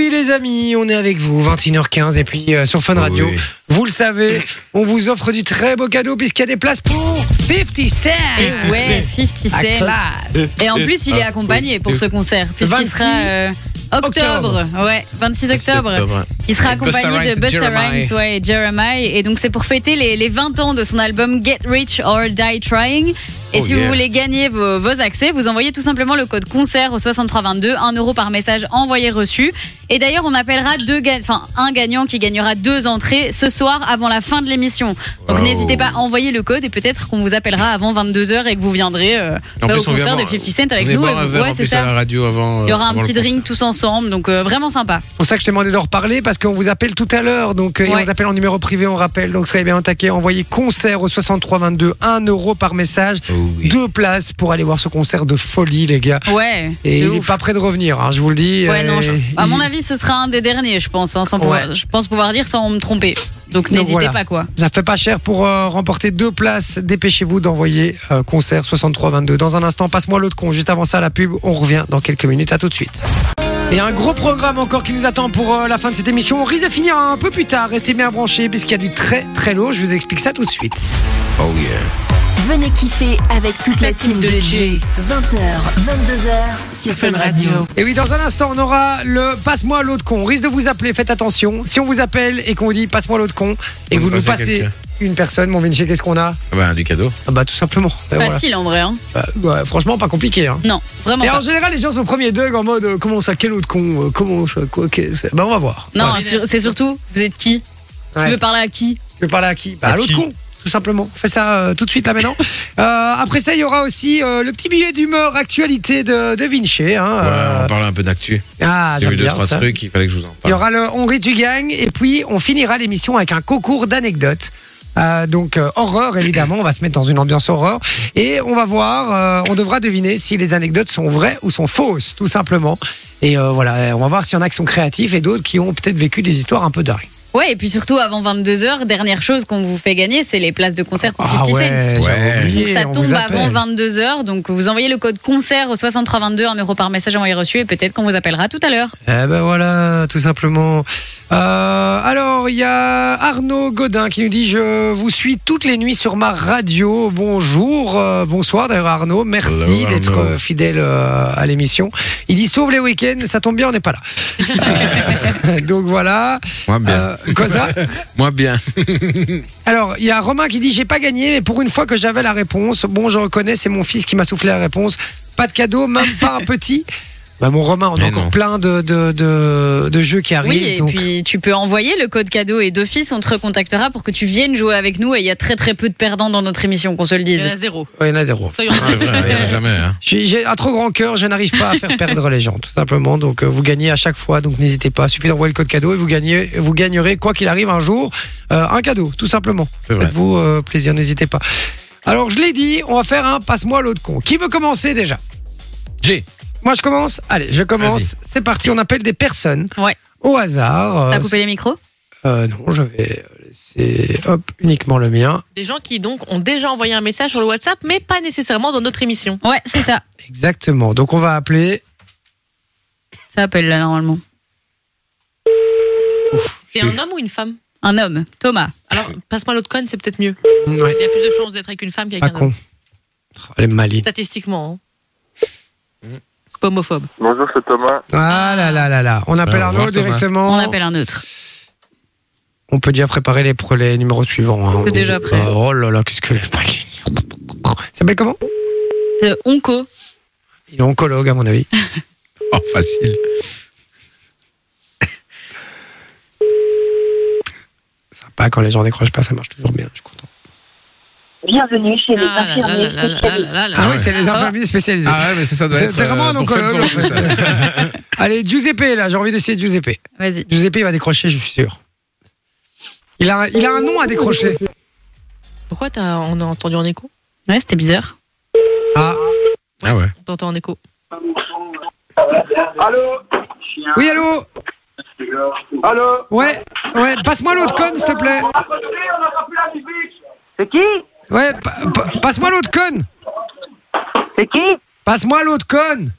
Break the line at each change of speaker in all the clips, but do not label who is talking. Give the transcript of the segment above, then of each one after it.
les amis, on est avec vous, 21h15 et puis euh, sur Fun Radio.
Ah Oui.
Vous le savez, on vous offre du très beau cadeau puisqu'il y a des places pour 50 Cent.
Et ouais, 50
La
Cent. Ah,
classe.
Et en plus,
Ah,
il est accompagné pour ce concert, puisqu'il
26
sera euh, octobre. Ouais, 26 octobre. Il sera
Avec Busta
accompagné
Rhymes
de
et
Busta
Jeremiah.
Rhymes ouais, et Jeremiah. Et donc, c'est pour fêter les, les 20 ans de son album Get Rich or Die Trying. Et
Oh
si
yeah.
vous voulez gagner vos, vos accès, vous envoyez tout simplement le code concert au 6322, 1 euro par message envoyé reçu. Et d'ailleurs, on appellera deux ga- enfin, un gagnant qui gagnera deux entrées ce soir avant la fin de l'émission. Donc
Wow.
n'hésitez pas à envoyer le code et peut-être qu'on vous appellera avant 22h et que vous viendrez euh,
En
bah,
plus,
au
on vient
concert de
boire-
50 Cent avec
on est
nous.
boire
et
un
vous-
verre
ouais,
en
c'est
plus à
ça.
la radio avant. euh,
Il y aura un
avant
petit
le
drink tous ensemble, donc euh, vraiment sympa.
C'est pour ça que je t'ai demandé de reparler parce qu'on vous appelle tout à l'heure. Donc, euh, et
Ouais.
on vous appelle en numéro privé, on rappelle. Donc, soyez bien attaqués. Envoyez concert au 6322, 1 euro par message.
Oh oui.
Deux places pour aller voir ce concert de folie, les gars.
Ouais.
Et
de
il n'est
ouf.
pas prêt de revenir, hein, je vous le dis.
Ouais, non, je-
Euh,
à
il-
mon avis, ce sera un des derniers, je pense, hein, sans pouvoir-
Ouais.
je pense pouvoir dire sans me tromper. Donc n'hésitez
voilà.
pas, quoi.
Ça fait pas cher pour euh, remporter deux places. Dépêchez-vous d'envoyer euh, concert 6322. Dans un instant, passe-moi l'autre con. Juste avant ça, la pub. On revient dans quelques minutes. À tout de suite. Et un gros programme encore qui nous attend pour euh, la fin de cette émission. On risque de finir un peu plus tard. Restez bien branchés puisqu'il y a du très très lourd. Je vous explique ça tout de suite.
Oh yeah.
Venez kiffer avec toute la team de G. 20h, 22h sur Fun Radio.
Et oui, dans un instant, on aura le passe-moi l'autre con. On risque de vous appeler. Faites attention. Si on vous appelle et qu'on vous dit passe-moi l'autre con et que
Vous
vous
nous
nous
passez
passez
quelqu'un.
une personne, mon Vinci, qu'est-ce qu'on a
Ah bah, du cadeau.
Ah Bah tout simplement. Bah, voilà.
Facile, en vrai. hein.
Bah, bah, franchement, pas compliqué. Hein.
Non, vraiment
Et en
pas.
général, les gens sont premier dug en mode euh, comment ça, quel autre con, euh, comment ça, quoi, qu'est-ce Bah, on va voir.
Non,
Ouais.
sur- c'est surtout, vous êtes qui
Ouais.
Tu veux parler à qui
Je vais parler à qui Bah, à
À
l'autre
qui
con, tout simplement. On fait ça euh, tout de suite là maintenant. Euh, après ça, il y aura aussi euh, le petit billet d'humeur actualité de, de Vinci. Hein,
Ouais,
euh,
on parle un peu d'actu.
Ah,
J'ai
j'aime
vu deux,
bien
trois
ça.
trucs, il fallait que je vous en
Il y
parle.
aura le On rit du gang et puis on finira l'émission avec un concours d'anecdotes. Euh, donc euh, horreur évidemment, on va se mettre dans une ambiance horreur et on va voir, euh, on devra deviner si les anecdotes sont vraies ou sont fausses tout simplement. Et euh, voilà, on va voir s'il y en a qui sont créatifs et d'autres qui ont peut-être vécu des histoires un peu dingues.
Ouais, et puis surtout, avant 22h, dernière chose qu'on vous fait gagner, c'est les places de concert pour 50 Cent.
j'avais
Ouais.
Donc
oublié,
ça
Ah on
tombe
vous
avant
appelle.
22h, donc vous envoyez le code concert au 6322, 1 euro par message envoyé reçu, et peut-être qu'on vous appellera tout à l'heure.
Eh ben voilà, tout simplement. Euh, alors, il y a Arnaud Godin qui nous dit Je vous suis toutes les nuits sur ma radio. Bonjour, euh, bonsoir d'ailleurs, Arnaud. Merci
Hello,
d'être
Arnaud.
euh, fidèle euh, à l'émission. Il dit Sauve les week-ends, ça tombe bien, on n'est pas là. Euh, donc voilà.
Moi bien.
Euh, quoi ça
Moi bien. Ah,
alors, il y a Romain qui dit J'ai pas gagné, mais pour une fois que j'avais la réponse, bon, je reconnais, c'est mon fils qui m'a soufflé la réponse. Pas de cadeau, même pas un petit. Bah, mon Romain, on a
Mais
encore
non.
plein de, de, de, de jeux qui arrivent.
Oui, et
donc,
puis tu peux envoyer le code cadeau et d'office, on te recontactera pour que tu viennes jouer avec nous, et il y a très très peu de perdants dans notre émission, qu'on se le
Il y
dise.
en a zéro.
Ouais, il y en a zéro.
Ça, il y en a
C'est vrai, il y en a jamais. hein.
Je suis- J'ai un trop grand cœur, je n'arrive pas à faire perdre les gens, tout simplement. Donc, euh, vous gagnez à chaque fois, donc n'hésitez pas. Il suffit d'envoyer le code cadeau et vous, gagnez, vous gagnerez, quoi qu'il arrive un jour, euh, un cadeau, tout simplement.
C'est vrai.
Faites-vous euh, plaisir, n'hésitez pas. Alors, je l'ai dit, on va faire un passe-moi l'autre con. Qui veut commencer déjà
J'ai.
Moi, je commence Allez, je commence. C'est parti, on appelle des personnes
Ouais.
au hasard.
T'as
Euh,
coupé les micros
euh, non, je vais laisser hop, uniquement le mien.
Des gens qui donc ont déjà envoyé un message sur le WhatsApp, mais pas nécessairement dans notre émission.
Ouais, c'est ça.
Exactement. Donc, on va appeler.
Ça appelle là normalement.
C'est un homme ou une femme
Un homme, Thomas.
Alors, passe-moi l'autre conne, c'est peut-être mieux.
Ouais,
Il y a plus de chances d'être avec une femme qu'avec
pas
un homme.
Ah, con. Oh, elle est maligne.
Statistiquement. hein.
Mm.
C'est pas homophobe.
Bonjour, c'est Thomas.
Ah là là là là. On appelle
Bah, au revoir,
Arnaud
Thomas.
directement.
On appelle un autre.
On peut déjà préparer les, pro- les numéros suivants. hein.
C'est déjà prêt.
Euh, oh là là, qu'est-ce que les. Il s'appelle comment
Euh, Onco.
Il est oncologue, à mon avis.
Oh, facile.
Sympa, quand les gens décrochent pas, ça marche toujours bien. Je suis content.
Bienvenue chez
Ah
les
là là
infirmiers
là là là là là.
spécialisés.
Ah, oui,
ouais.
c'est les infirmiers spécialisés.
Ah ouais, mais ça, ça doit
C'est-
être.
t'es vraiment un
pour fun
oncologue,
zone,
euh, en
ça.
Allez, Giuseppe, là, j'ai envie d'essayer Giuseppe.
Vas-y.
Giuseppe, il va décrocher, je suis sûr. Il a, un- il a un nom à décrocher.
Pourquoi t'as- on a entendu en écho
Ouais, c'était bizarre.
Ah,
Ah ouais.
On t'entend en écho.
Allô
oui, allô
Allô
Ouais, ouais, passe-moi l'autre conne, s'il te plaît.
C'est qui
Ouais, pa- pa- passe-moi l'autre conne.
C'est qui
Passe-moi l'autre conne.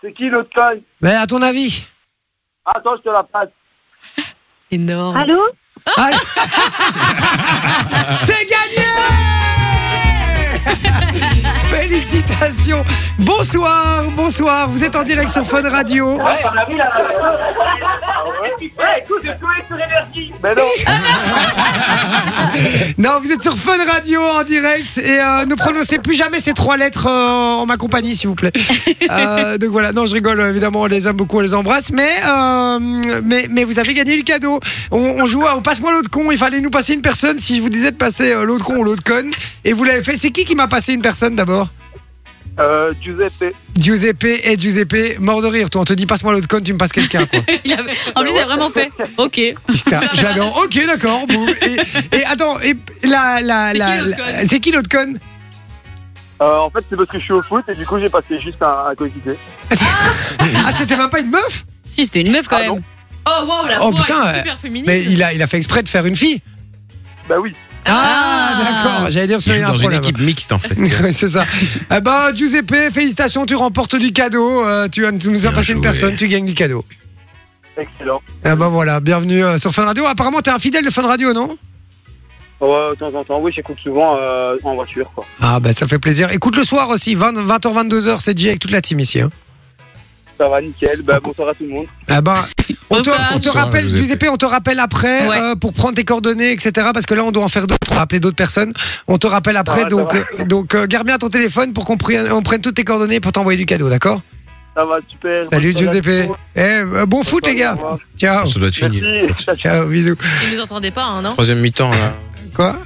C'est qui l'autre conne
Mais à ton avis
Attends, je te la passe.
Énorme.
Allô
Allez. C'est gagné Félicitations Bonsoir, bonsoir, vous êtes en direct sur Fun Radio.
Mais non,
Non, vous êtes sur Fun Radio en direct et euh, ne prononcez plus jamais ces trois lettres euh, en ma compagnie, s'il vous plaît. Euh, donc voilà, non, je rigole, évidemment, on les aime beaucoup, on les embrasse, mais, euh, mais, mais vous avez gagné le cadeau. On, on joue à on passe-moi l'autre con, il fallait nous passer une personne si je vous disais de passer euh, l'autre con ou l'autre conne, et vous l'avez fait. C'est qui qui m'a passé une personne d'abord
euh, Giuseppe.
Giuseppe et Giuseppe, mort de rire, toi, on te dit passe-moi l'autre con, tu me passes quelqu'un, quoi.
Il avait- En plus, c'est vraiment fait. Ok.
Putain, j'adore. Ok, d'accord, boum. Et, et attends, et la, la, la, la- c'est qui l'autre conne
Euh, en fait, c'est parce que je suis au foot et du coup, j'ai passé juste un, un coéquipier.
Ah, c'était même pas une meuf
Si, c'était une meuf quand
Ah
même.
non.
Oh wow, la
Oh,
voix
putain,
est
ouais.
super féminine.
Mais il a, il a fait exprès de faire une fille.
Bah oui.
Ah,
Ah.
d'accord. J'allais dire,
Il
ça
joue
y a un
dans une
problème.
équipe mixte en fait.
Ouais, c'est ça. Eh ben, Giuseppe, félicitations, tu remportes du cadeau. Euh, tu, as- tu nous as
Bien
passé une
joué.
personne, tu gagnes du cadeau.
Excellent.
Eh ben voilà, bienvenue euh, sur Fun Radio. Apparemment, t'es un fidèle de Fun Radio, non
Ouais, de temps en temps, oui, j'écoute souvent euh, en voiture, quoi.
Ah, ben ça fait plaisir. Écoute le soir aussi, 20, 20h, 22h, c'est DJ avec toute la team ici. hein.
Ça va, nickel. Bah, bonsoir à tout le monde.
Eh ben, on te,
Bonsoir.
on te
Bonsoir,
rappelle,
Giuseppe.
Giuseppe, on te rappelle après
Ouais.
euh, pour prendre tes coordonnées, etc. Parce que là, on doit en faire d'autres, on va appeler d'autres personnes. On te rappelle après,
va, Ah, ça
donc,
va.
euh, donc euh, garde bien ton téléphone pour qu'on prenne, on prenne toutes tes coordonnées pour t'envoyer du cadeau, d'accord
Ça va, super.
Salut
Bonsoir à
Giuseppe.
tout le
Eh,
monde.
euh, bon foot les gars.
Au revoir.
Ciao.
Ça doit être fini.
Merci.
Ciao, bisous.
Il nous entendait pas, hein, non
Troisième mi-temps là.
Quoi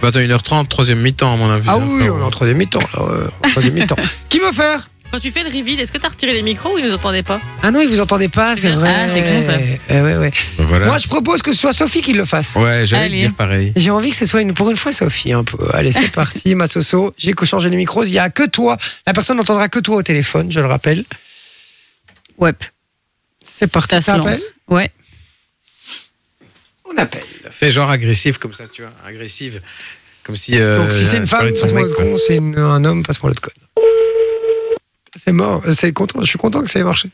21h30, troisième mi-temps à mon avis. hein.
Ah
là.
oui, on est en troisième mi-temps. là, euh, en troisième mi-temps. Qui veut faire
Quand tu fais le reveal, est-ce que t'as retiré les micros ou il nous entendait pas
Ah non, il vous entendait pas, c'est
Ah,
vrai.
c'est con, ça.
Eh ouais, ouais.
Voilà.
Moi, je propose que ce soit Sophie qui le fasse.
Ouais, j'allais te
Allez.
dire pareil.
J'ai envie que ce soit une, pour une fois Sophie un peu. Allez, c'est parti, ma Soso. J'ai qu'à changer les micros. Il y a que toi. La personne n'entendra que toi au téléphone, je le rappelle.
Ouais.
C'est parti.
Ça se
Ça appelle
lance. Ouais.
On appelle.
Fais genre agressif comme ça, tu vois. Agressive. Comme si. euh,
Donc si c'est une femme,
je parlais de son
passe-moi
mec,
le
quoi.
con. C'est une- un homme, passe-moi l'autre code. C'est mort. Euh, C'est content. Je suis content que ça ait marché.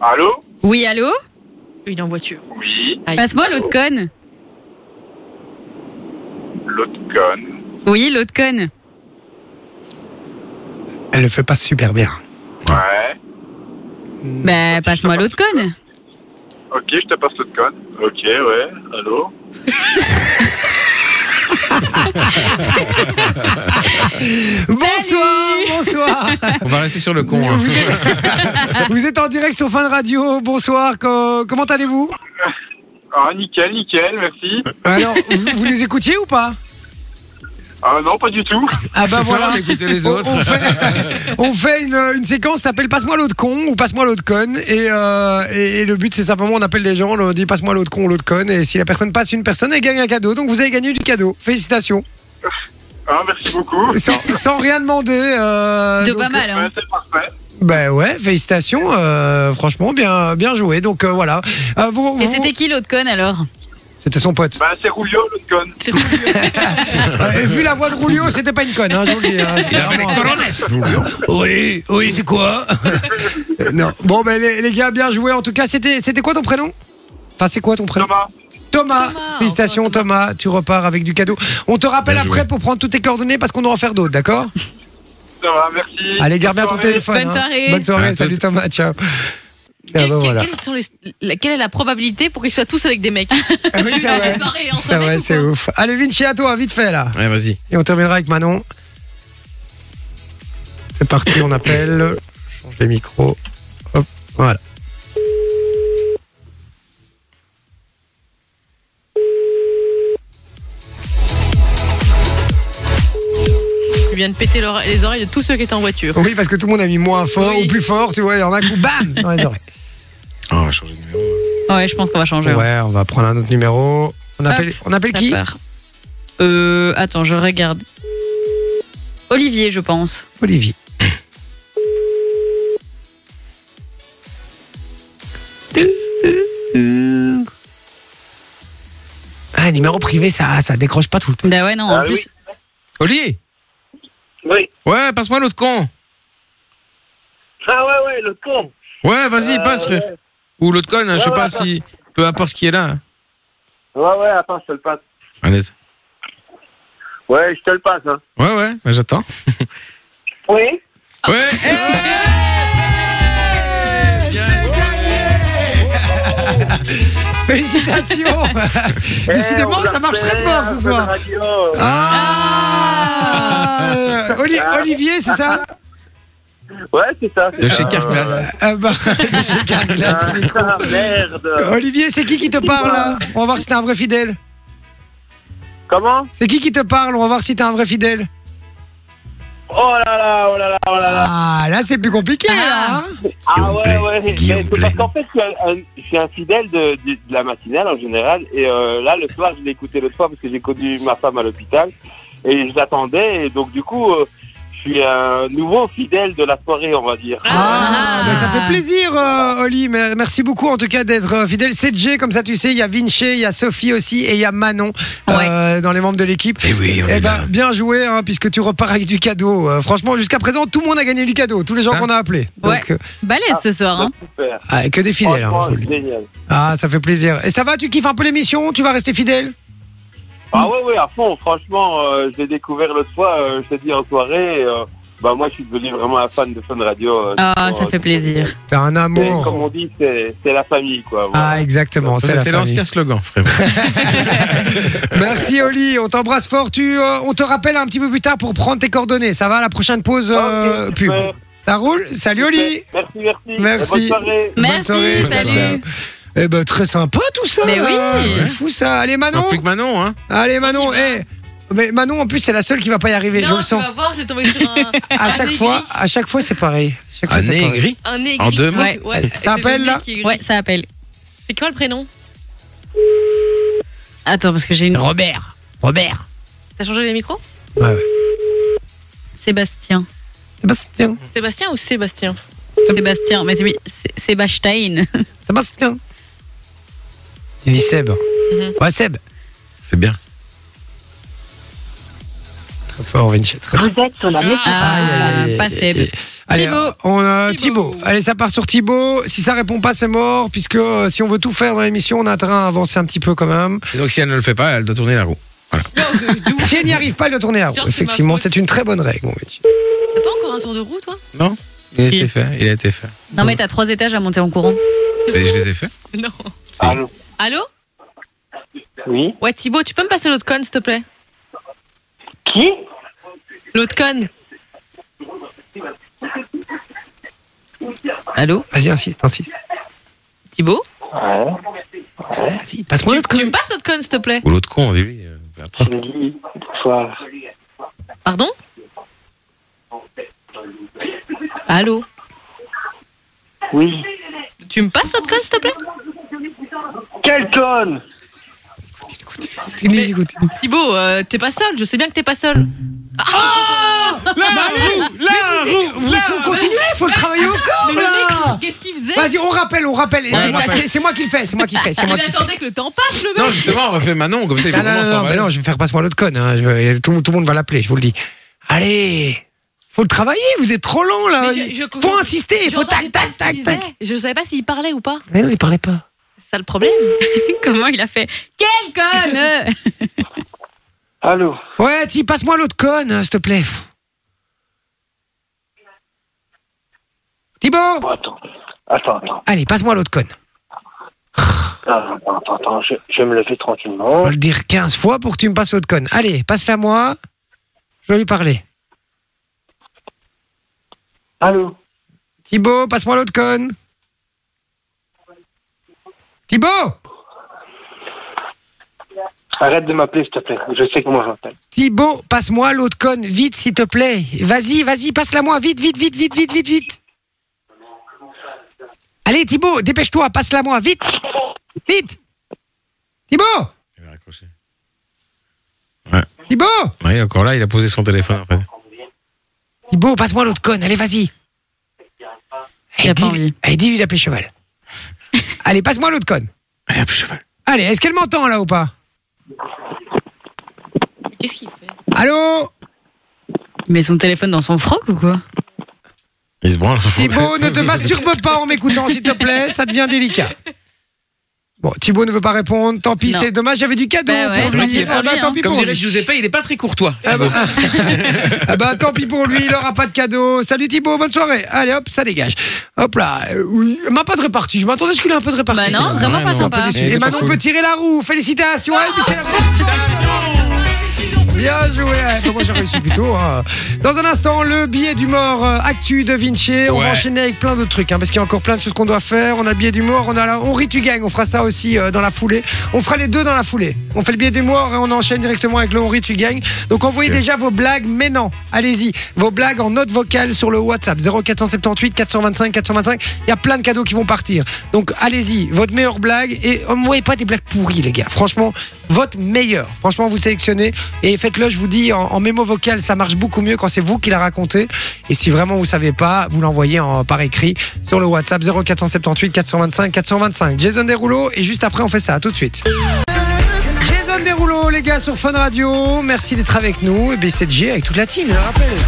Allô
Oui, allô
Il est en voiture.
Oui,
Aïe.
Passe-moi l'autre conne.
l'autre conne.
Oui, l'autre conne.
Elle le fait pas super bien.
Ouais.
Bah, passe-moi l'autre conne.
Ok, je te passe l'autre conne. Ok, ouais. Allô
Bonsoir, bonsoir.
On va rester sur le con. hein.
Vous êtes, vous êtes en direct sur Fin de Radio. Bonsoir. co- Comment allez-vous
Ah, nickel, nickel, merci.
Alors, vous, vous les écoutiez ou pas
Ah non, pas du tout.
Ah bah
Faut
voilà.
vraiment écouter les
On-
autres.
On, fait, on fait une, une séquence qui s'appelle Passe-moi l'autre con ou Passe-moi l'autre conne. Et, euh, et, et le but, c'est simplement, on appelle les gens, on leur dit Passe-moi l'autre con ou l'autre conne. Et si la personne passe une personne, elle gagne un cadeau. Donc vous avez gagné du cadeau. Félicitations.
Ah, merci beaucoup.
Sans, sans rien demander. euh,
De
donc,
pas mal, hein.
Ouais, c'est parfait.
Ben ouais, félicitations. euh, franchement, bien, bien joué. Donc euh, voilà. Euh, vous-
Et
vous-
c'était qui l'autre conne alors
c'était son pote.
Bah, c'est Roulio, l'autre conne.
Euh, et vu la voix de Roulio, c'était pas une conne, hein, je vous le dis. hein. C'est vraiment- Oui, oui, c'est quoi Non. Bon, ben les, les gars, bien joué. En tout cas, c'était c'était quoi ton prénom Enfin, c'est quoi ton prénom
Thomas.
Thomas.
Thomas,
Félicitations,
encore
Thomas. Tu repars avec du cadeau. On te rappelle
Bien
après
joué.
pour prendre toutes tes coordonnées parce qu'on doit en faire d'autres, d'accord
Ça va, merci.
Allez, garde bien ton
Bonne
téléphone.
Bonne
hein.
soirée.
Bonne
À
soirée.
toutes.
Salut, Thomas. Ciao. Ah
Quel-
ben,
quel-
voilà.
quelles sont les- la- quelle est la probabilité pour qu'ils soient tous avec des mecs
Ah oui, c'est vrai.
La soirée, on
C'est
s'en
vrai,
met ou
c'est
quoi
ouf. Allez, Vinci, à toi, vite fait là.
Ouais, vas-y.
Et on terminera avec Manon. C'est parti, on appelle. Je change les micros. Hop, voilà.
Tu viens de péter l'ore- les oreilles de tous ceux qui étaient en voiture.
Oui, parce que tout le monde a mis moins fort
Oui.
ou plus fort, tu vois, il y en a un coup, bam dans les oreilles.
Oh, on va changer de numéro.
Ouais, je pense qu'on va changer. hein.
Ouais, on va prendre un autre numéro. On appelle, on appelle
Ça
qui
part. Euh, attends, je regarde. Olivier, je pense.
Olivier. Ah, numéro privé, ça, ça décroche pas tout le temps.
Bah ouais, non, en
Ah
plus.
Olivier
Oui.
Ouais, passe-moi l'autre con.
Ah ouais, ouais, le con.
Ouais, vas-y,
Euh,
passe, frère.
ouais.
Ou l'autre conne, hein, je sais
Ouais,
pas
ouais,
si. Peu importe qui est là. hein.
Ouais, ouais, attends, je te le passe.
Allez.
Ouais, je te le passe, hein.
Ouais, ouais, bah, j'attends.
Oui
Ah.
Ouais. eh Hey
Félicitations
Eh,
Décidément, ça marche très fort ce soir. Ah Oli- Olivier, c'est ça
Ouais, c'est ça.
De chez Carglass.
Ah bah, j'ai qu'un glace, il est con.
Ah, merde.
Olivier, c'est qui qui te parle là On va voir si t'es un vrai fidèle.
Comment
C'est qui qui te parle On va voir si t'es un vrai fidèle.
Oh là là, oh là là, oh là là.
Ah, là, c'est plus compliqué là. hein.
Ah ouais, ouais. Mais c'est parce qu'en fait, je suis un- un- je suis un fidèle de, de- de la matinale en général. Et euh, là, le soir, je l'ai écouté l'autre fois parce que j'ai connu ma femme à l'hôpital. Et je l'attendais. Et donc, du coup, euh, je suis un nouveau fidèle de la soirée, on va dire.
Ah,
Ah.
bah, ça fait plaisir, euh, Oli. Mais merci beaucoup en tout cas d'être euh, fidèle. C'est Jay, comme ça tu sais. Il y a Vinci, il y a Sophie aussi et il y a Manon euh, dans les membres de l'équipe.
Et
Ah
oui, on
Eh
est
ben,
là.
bien joué, hein, puisque tu repars avec du cadeau. Euh, franchement, jusqu'à présent, tout le monde a gagné du cadeau. Tous les gens
Hein
qu'on a appelés.
Ouais.
Donc, euh,
Balèze ce soir. Hein.
Donc, super.
ah, que des fidèles. hein,
Franchement,
faut le dire.
génial.
Ah, ça fait plaisir. Et ça va Tu kiffes un peu l'émission Tu vas rester fidèle
Ah ouais, ouais, à fond. Franchement, euh, je l'ai découvert l'autre fois, euh, je t'ai dit en soirée. et, euh, bah moi, je suis devenu vraiment un fan de Fun Radio. euh,
Ah,
sur,
ça
euh,
fait plaisir.
T'es un
c'est- Comme
amour.
on dit, c'est c'est la famille, quoi. voilà.
Ah, exactement. C'est la
C'était
famille.
l'ancien slogan, frère.
Merci Oli, on t'embrasse fort. Tu, euh, on te rappelle un petit peu plus tard pour prendre tes coordonnées. Ça va, la prochaine pause euh,
Ok, ben,
pub.
super.
Ça roule Salut Oli
Merci, merci.
Merci.
Bonne soirée.
Bonne
Merci,
soirée.
salut.
Eh ben très sympa tout ça.
Mais oui.
là. c'est fou ça. Allez Manon,
Donc, plus que Manon, hein.
allez Manon. eh. Mais Manon en plus c'est la seule qui va pas y arriver. je
Non,
le
tu
sens.
vas voir, je vais tomber sur un.
À chaque
aigri.
fois, à chaque fois c'est pareil. Chaque fois,
Un
Ah, c'est pareil.
aigri.
Un aigri.
En deux mots.
Ouais, ouais.
Ça
C'est le
appelle,
nez
là
qui est gris.
Ouais, ça appelle.
C'est quoi le prénom
Attends, parce que j'ai une.
Robert, Robert.
T'as changé les micros
Ouais, ouais.
Sébastien.
Sébastien,
Sébastien ou Sébastien
Sébastien, mais c'est oui, c'est- Sébastien.
Sébastien. Tu dis Seb.
Mhm.
Ouais Seb.
C'est bien.
Très fort Vinci. Très, très
Vous êtes sur la
Ah,
Aïe, aïe, aïe,
pas
aïe,
Seb.
aïe. Allez,
Thibaut.
euh, On, a Thibaut.
Thibaut.
Allez, ça part sur Thibaut. Si ça répond pas, c'est mort, puisque euh, si on veut tout faire dans l'émission, on a intérêt à avancer un petit peu quand même.
Et donc, si elle ne le fait pas, elle doit tourner la roue.
Non, c'est doux.
Si elle n'y arrive pas, elle doit tourner à roue.
Genre, c'est
Effectivement,
ma faute.
c'est une très bonne règle. mon petit.
T'as pas encore un tour de roue, toi
Non Il a
Si.
été fait. Il a été fait.
Non, mais t'as trois étages à monter en courant.
Et je les ai fait.
Non.
Allô
Allô
Oui
Ouais, Thibaut, tu peux me passer l'autre conne, s'il te plaît
Qui
L'autre conne Allô
Vas-y, insiste, insiste.
Thibaut
Ouais.
Vas-y, passe-moi
tu,
l'autre
tu me
conne.
passes l'autre conne, s'il te plaît
Ou l'autre con, on dit lui. euh, après.
Nelly, bonsoir.
Pardon Allô
Oui.
Tu me passes l'autre conne, s'il te plaît
Quel conne
Continue,
Mais-
continue.
Thibaut, euh, t'es pas seul, je sais bien que t'es pas seul.
Bah, Mais vous- vous- faut continuer, faut le travailler
Mais
encore,
le
Oh, là.
mec, qu'est-ce qu'il faisait
Vas-y, on rappelle, on rappelle. Et
Ouais,
c'est-
on rappelle.
c'est- c'est moi qui le fais, c'est moi qui le fais, c'est moi
Il
qui le fais.
attendait que le temps passe, le mec
Non, justement, on refait Manon, comme ça, il faut
Ah, Non, non,
vraiment
non,
s'en
mais
valer.
non, je vais faire passe-moi l'autre conne. hein. Je vais- tout, le monde- tout le monde va l'appeler, je vous le dis. Allez, faut le travailler, vous êtes trop lent là.
Mais je- je comprends-
faut insister, faut
J'entendais
tac,
pas
tac,
ce
tac,
qu'il
tac.
disait. Je savais pas s'il parlait ou pas.
Mais non, il parlait pas.
C'est ça le problème.
Comment il a fait euh. Quelle conne
Allô
Ouais, ti, passe-moi l'autre conne, euh, s'il te plaît. Pff. Thibaut
Bon, Attends, attends, attends.
Allez, passe-moi l'autre conne.
Ah, Attends, attends, attends. Je, je vais me lever
Je
tranquillement.
vais le dire 15 fois pour que tu me passes l'autre conne. Allez, passe-la moi. Je vais lui parler.
Allô
Thibaut, passe-moi l'autre conne. Thibaut
Arrête de m'appeler, s'il te plaît. Je sais comment je m'appelle.
Thibaut, passe-moi l'autre conne, vite, s'il te plaît. Vas-y, vas-y, passe-la moi, vite, vite, vite, vite, vite, vite, vite. Allez, Thibaut, dépêche-toi, passe-la moi, vite. Vite. Thibaut
Il va raccrocher.
Thibaut
Ouais, il est encore là, il a posé son téléphone, en fait.
Thibaut, passe-moi l'autre conne, allez, vas-y.
Il a pas
dis-
envie.
Allez, dis-lui d'appeler cheval. allez, passe-moi l'autre conne.
Allez, hop, cheval.
Allez, est-ce qu'elle m'entend là ou pas
Qu'est-ce qu'il fait
Allô
Mais son téléphone dans son froc ou quoi
Il se branle.
Thibaut, ne te masturbe pas en m'écoutant, s'il te plaît, ça devient délicat. Bon, Thibaut ne veut pas répondre, tant pis,
Non.
c'est dommage, j'avais du cadeau.
Bah ouais,
pour
tant
lui.
pis
pour
Ah bah,
lui,
tant
hein.
pis
Comme
pour
dirait
lui.
Giuseppe, il est pas très courtois.
Ah bah, ah bah, tant pis pour lui, il aura pas de cadeau. Salut Thibaut, bonne soirée. Allez hop, ça dégage. Hop là, euh, oui, il m'a pas de répartie. Je m'attendais à ce qu'il ait un peu de
Bah
répartie.
non, vraiment pas
non,
Un peu
sympa. Ah
déçu.
Il était
Et
pas
Manon
cool.
peut tirer la roue. Félicitations. elle, puisqu'elle a- Bien joué. Ouais, bah, moi j'ai réussi plutôt. hein. Dans un instant, le billet d'humeur euh, actu de Vinci. On va
Ouais.
enchaîner avec plein d'autres trucs hein, parce qu'il y a encore plein de choses qu'on doit faire. On a le billet d'humeur, on a la- on rit tu gagnes. On fera ça aussi euh, dans la foulée. On fera les deux dans la foulée. On fait le billet d'humeur et on enchaîne directement avec le on rit tu gagnes. Donc envoyez
Ok.
déjà vos blagues mais non, Allez-y. Vos blagues en note vocale sur le WhatsApp 0478 425 425. Il y a plein de cadeaux qui vont partir. Donc allez-y, votre meilleure blague et envoyez pas des blagues pourries les gars. Franchement, votre meilleure. Franchement, vous sélectionnez et faites-le, je vous dis en, en mémo vocal, ça marche beaucoup mieux quand c'est vous qui la racontez. Et si vraiment vous savez pas, vous l'envoyez en- par écrit sur le WhatsApp 0478 425 425. Jason Derulo et juste après on fait ça. À tout de suite. Jason Derulo, les gars, sur Fun Radio. Merci d'être avec nous. Et BCG avec toute la team, je le rappelle.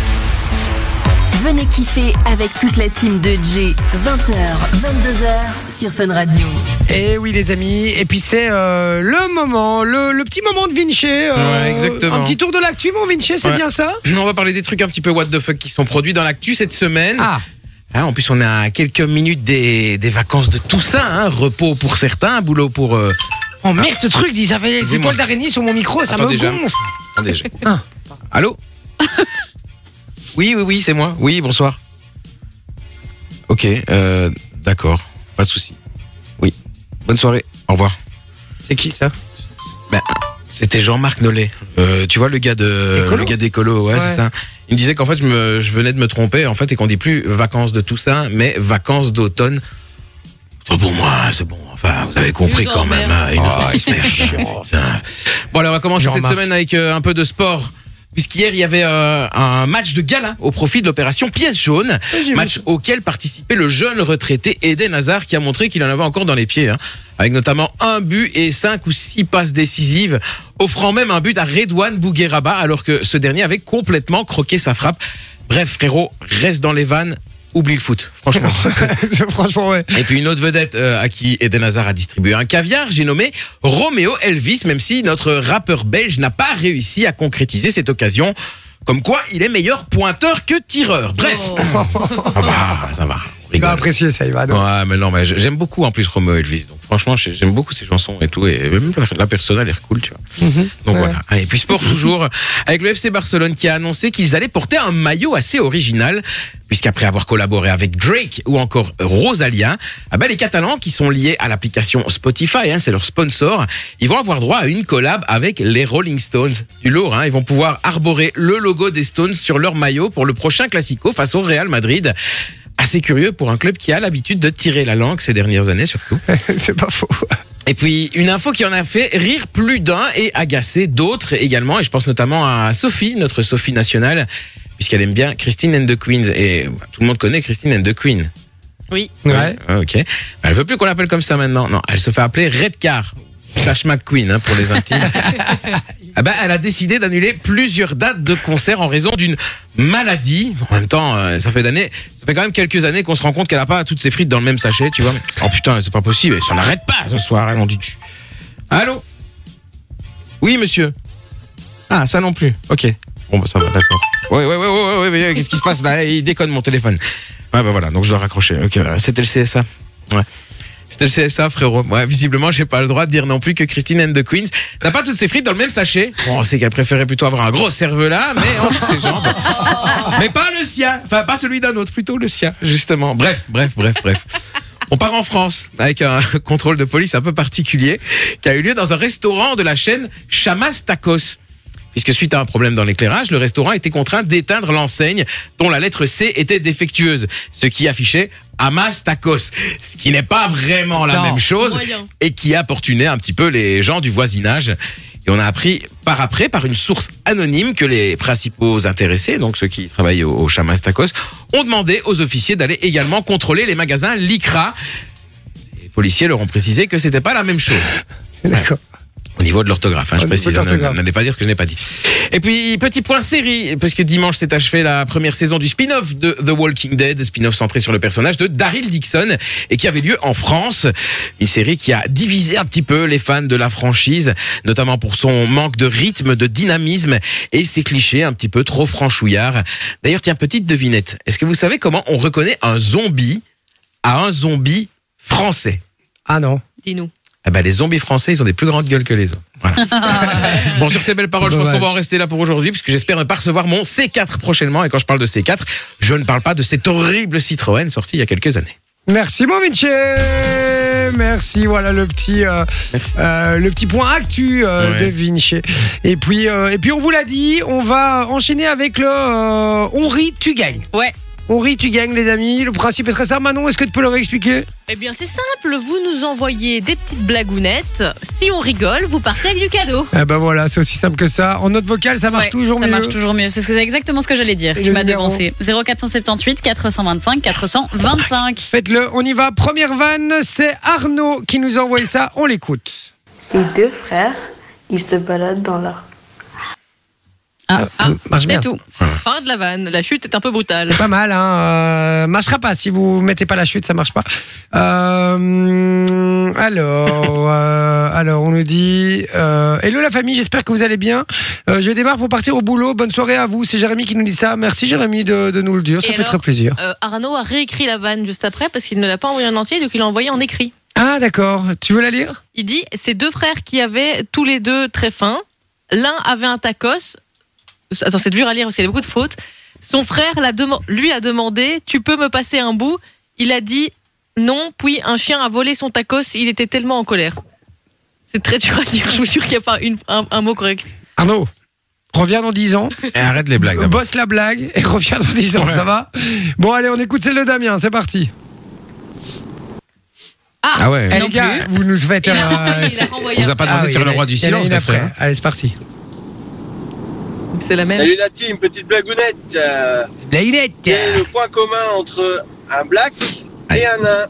Venez kiffer avec toute la team de J. 20h, 22h sur Fun Radio.
Et Eh oui, les amis. Et puis c'est euh, le moment, le, le petit moment de Vinci. euh,
Ouais, exactement.
Un petit tour de l'actu, mon Vinci, c'est
Ouais.
bien ça
On va parler des trucs un petit peu what the fuck qui sont produits dans l'actu cette semaine.
Ah,
Ah, en plus, on est à quelques minutes des, des vacances de tout ça. Hein. Repos pour certains, boulot pour. euh,
oh merde, ce truc, ils avaient des
Dis-moi.
étoiles d'araignée sur mon micro, ça
Attends,
me
déjà.
gonfle.
Attendez, j'ai-
Ah.
Allô Oui, oui, oui, c'est moi. Oui, bonsoir.
Ok, euh, d'accord, pas de souci. Oui, bonne soirée, au revoir.
C'est qui ça
C'était Jean-Marc Nollet, Euh, tu vois le gars de
Écolo
le gars d'écolo, ouais,
Ouais.
c'est ça. Il me disait qu'en fait je, me- je venais de me tromper en fait et qu'on dit plus vacances de tout ça, mais vacances d'automne. C'est pour moi, c'est bon. Enfin, vous avez compris
Ils nous
quand même.
emmerdent.
hein, ils nous
Ah,
emmerdent. Putain. bon, alors on va commencer cette
Jean-Marc.
semaine avec euh, un peu de sport. Puisqu'hier, il y avait euh, un match de gala au profit de l'opération Pièce jaune, match auquel participait le jeune retraité Eden Hazard qui a montré qu'il en avait encore dans les pieds, hein, avec notamment un but et cinq ou six passes décisives, offrant même un but à Redouane Bougueraba alors que ce dernier avait complètement croqué sa frappe. Bref, frérot, reste dans les vannes, oublie le foot, franchement.
Franchement, ouais.
Et puis une autre vedette euh, à qui Eden Hazard a distribué un caviar, j'ai nommé Romeo Elvis, même si notre rappeur belge n'a pas réussi à concrétiser cette occasion. Comme quoi, il est meilleur pointeur que tireur. Bref, ça va, ça va. on
Il va
rigole.
apprécier ça, il va adorer.
Ouais, mais non, mais j'aime beaucoup en plus Romeo Elvis. Donc franchement, j'ai- j'aime beaucoup ses chansons et tout. Et même la- la personnelle est cool, tu vois.
Donc
Ouais.
voilà. Et puis sport toujours avec le FC Barcelone qui a annoncé qu'ils allaient porter un maillot assez original, puisqu'après avoir collaboré avec Drake ou encore Rosalia, ah ben les Catalans qui sont liés à l'application Spotify, hein, c'est leur sponsor, ils vont avoir droit à une collab avec les Rolling Stones. Du lourd, hein, ils vont pouvoir arborer le logo des Stones sur leur maillot pour le prochain Classico face au Real Madrid. Assez curieux pour un club qui a l'habitude de tirer la langue ces dernières années surtout.
c'est pas faux.
Et puis une info qui en a fait rire plus d'un et agacer d'autres également. Et je pense notamment à Sophie, notre Sophie nationale, puisqu'elle aime bien Christine and the Queens. Et bah, tout le monde connaît Christine and the Queen.
Oui.
Ouais.
Ouais, Ah, ok. Elle veut plus qu'on l'appelle comme ça maintenant. Non, elle se fait appeler Redcar. Flash McQueen hein, pour les intimes. ah ben, elle a décidé d'annuler plusieurs dates de concerts en raison d'une maladie. En même temps, euh, ça fait d'années, ça fait quand même quelques années qu'on se rend compte qu'elle a pas toutes ses frites dans le même sachet, tu vois. Oh putain, c'est pas possible, ça n'arrête pas ce soir, elle en dit. Allô Oui, monsieur. Ah, ça non plus. Ok. Bon, bah, ça va, d'accord. Ouais, ouais, ouais, ouais, ouais, ouais, mais, euh, qu'est-ce qui se passe là Il déconne mon téléphone. Ouais, bah voilà, donc je dois raccrocher. Ok, euh, c'était le CSA. Ouais. C'était le CSA, frérot. Ouais, visiblement, j'ai pas le droit de dire non plus que Christine and the Queens n'a pas toutes ses frites dans le même sachet. Bon, on sait qu'elle préférait plutôt avoir un gros cerveau là, mais entre ses jambes. Mais pas le sien. Enfin, pas celui d'un autre, plutôt le sien, justement. Bref, bref, bref, bref. On part en France avec un contrôle de police un peu particulier qui a eu lieu dans un restaurant de la chaîne Chamas Tacos. Puisque suite à un problème dans l'éclairage, le restaurant était contraint d'éteindre l'enseigne dont la lettre C était défectueuse, ce qui affichait Hamas Tacos, ce qui n'est pas vraiment la
Non.
même chose
Moyen.
et qui importunait un petit peu les gens du voisinage. Et on a appris par après, par une source anonyme, que les principaux intéressés, donc ceux qui travaillent au, au Chamas Tacos, ont demandé aux officiers d'aller également contrôler les magasins Lycra. Les policiers leur ont précisé que c'était pas la même chose.
D'accord.
Au niveau de l'orthographe, hein, je
Au niveau
précise.
de
hein,
l'orthographe.
N'allez pas dire que je n'ai pas dit. Et puis, petit point série, parce que dimanche s'est achevé la première saison du spin-off de The Walking Dead, spin-off centré sur le personnage de Daryl Dixon, et qui avait lieu en France. Une série qui a divisé un petit peu les fans de la franchise, notamment pour son manque de rythme, de dynamisme, et ses clichés un petit peu trop franchouillards. D'ailleurs, tiens, petite devinette. Est-ce que vous savez comment on reconnaît un zombie à un zombie français
Ah non.
Dis-nous.
ah bah, les zombies français, ils ont des plus grandes gueules que les autres. Voilà. bon, sur ces belles paroles, je pense qu'on va en rester là pour aujourd'hui, puisque j'espère ne pas recevoir mon C4 prochainement. Et quand je parle de C4, je ne parle pas de cette horrible Citroën sortie il y a quelques années.
Merci mon Vinci Merci, voilà le petit, euh,
Merci.
euh, le petit point actu euh,
Ouais.
de Vinci. Et puis, euh, et puis on vous l'a dit, on va enchaîner avec le euh, On rit, tu gagnes.
Ouais.
On rit, tu gagnes les amis. Le principe est très simple. Manon, est-ce que tu peux le réexpliquer
Eh bien, c'est simple, vous nous envoyez des petites blagounettes. Si on rigole, vous partez avec du cadeau.
Eh ben voilà, c'est aussi simple que ça. En note vocale, ça marche
Ouais,
toujours
ça
mieux.
marche toujours mieux. C'est ce que- c'est exactement ce que j'allais dire.
Et
tu
le
m'as
numéro
devancé. 0478 425 425.
Faites-le, on y va. Première vanne, c'est Arnaud qui nous a envoyé ça. On l'écoute.
Ces deux frères, ils se baladent dans la
Ah, ah,
marche
c'est
bien,
tout.
Fin de la vanne, la chute est un peu brutale.
Pas mal, hein. euh, marchera pas si vous mettez pas la chute, ça marche pas. Euh, alors, euh, alors on nous dit euh, hello la famille, j'espère que vous allez bien. Euh, je démarre pour partir au boulot. Bonne soirée à vous. C'est Jérémy qui nous dit ça. Merci Jérémy de, de nous le dire, ça
Et
fait
alors
très plaisir.
Euh, Arnaud a réécrit la vanne juste après parce qu'il ne l'a pas envoyée en entier, donc il l'a envoyée en écrit.
Ah d'accord, tu veux la lire
Il dit ces deux frères qui avaient tous les deux très faim. L'un avait un tacos. Attends, c'est dur à lire parce qu'il y a beaucoup de fautes. Son frère l'a deman- lui a demandé Tu peux me passer un bout Il a dit non, puis un chien a volé son tacos. Il était tellement en colère. C'est très dur à lire, je vous jure qu'il n'y a pas une- un, un mot correct.
Arnaud, reviens dans 10 ans,
Et arrête les blagues d'abord.
bosse la blague et reviens dans 10 ans, ça va Bon allez, on écoute celle de Damien, c'est parti.
Ah,
Ah ouais.
Eh,
non
les gars,
plus.
vous nous faites...
Il a
euh,
renvoyé, il a
On
renvoyé.
vous a pas demandé
Ah oui,
de faire
il y
le
en a-
roi du
il y en a
silence, hein.
une
les
après.
frères.
Allez, c'est parti.
C'est la même.
Salut la team, petite blagounette. Euh,
La lunette.
quel est le point commun entre un black et un nain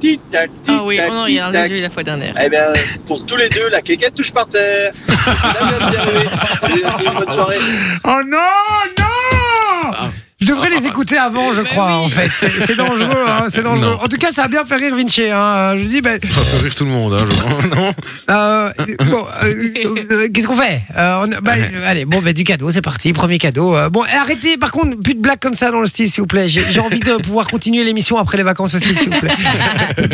Tic tac, tic
Ah oui,
tac,
on en
tic
a
tac.
la fois dernière.
Eh bien, pour tous les deux, la quéquette touche par terre. Damien Pierre-Louis. Salut la team, bonne soirée.
Oh non, non
Ah.
Je devrais les écouter avant, je
Mais
crois,
oui.
en fait. C'est- C'est dangereux, hein, c'est dangereux.
Non.
En tout cas, ça a bien fait rire Vinci. Hein. Je dis, ben,
Ça fait rire tout le monde, hein, je- non
euh, bon, euh, euh, qu'est-ce qu'on fait Euh, on- bah, euh, Allez, bon, ben, du cadeau, c'est parti, premier cadeau. Euh, bon, et arrêtez, par contre, plus de blagues comme ça dans le style, s'il vous plaît. J'ai j'ai envie de pouvoir continuer l'émission après les vacances aussi, s'il vous plaît.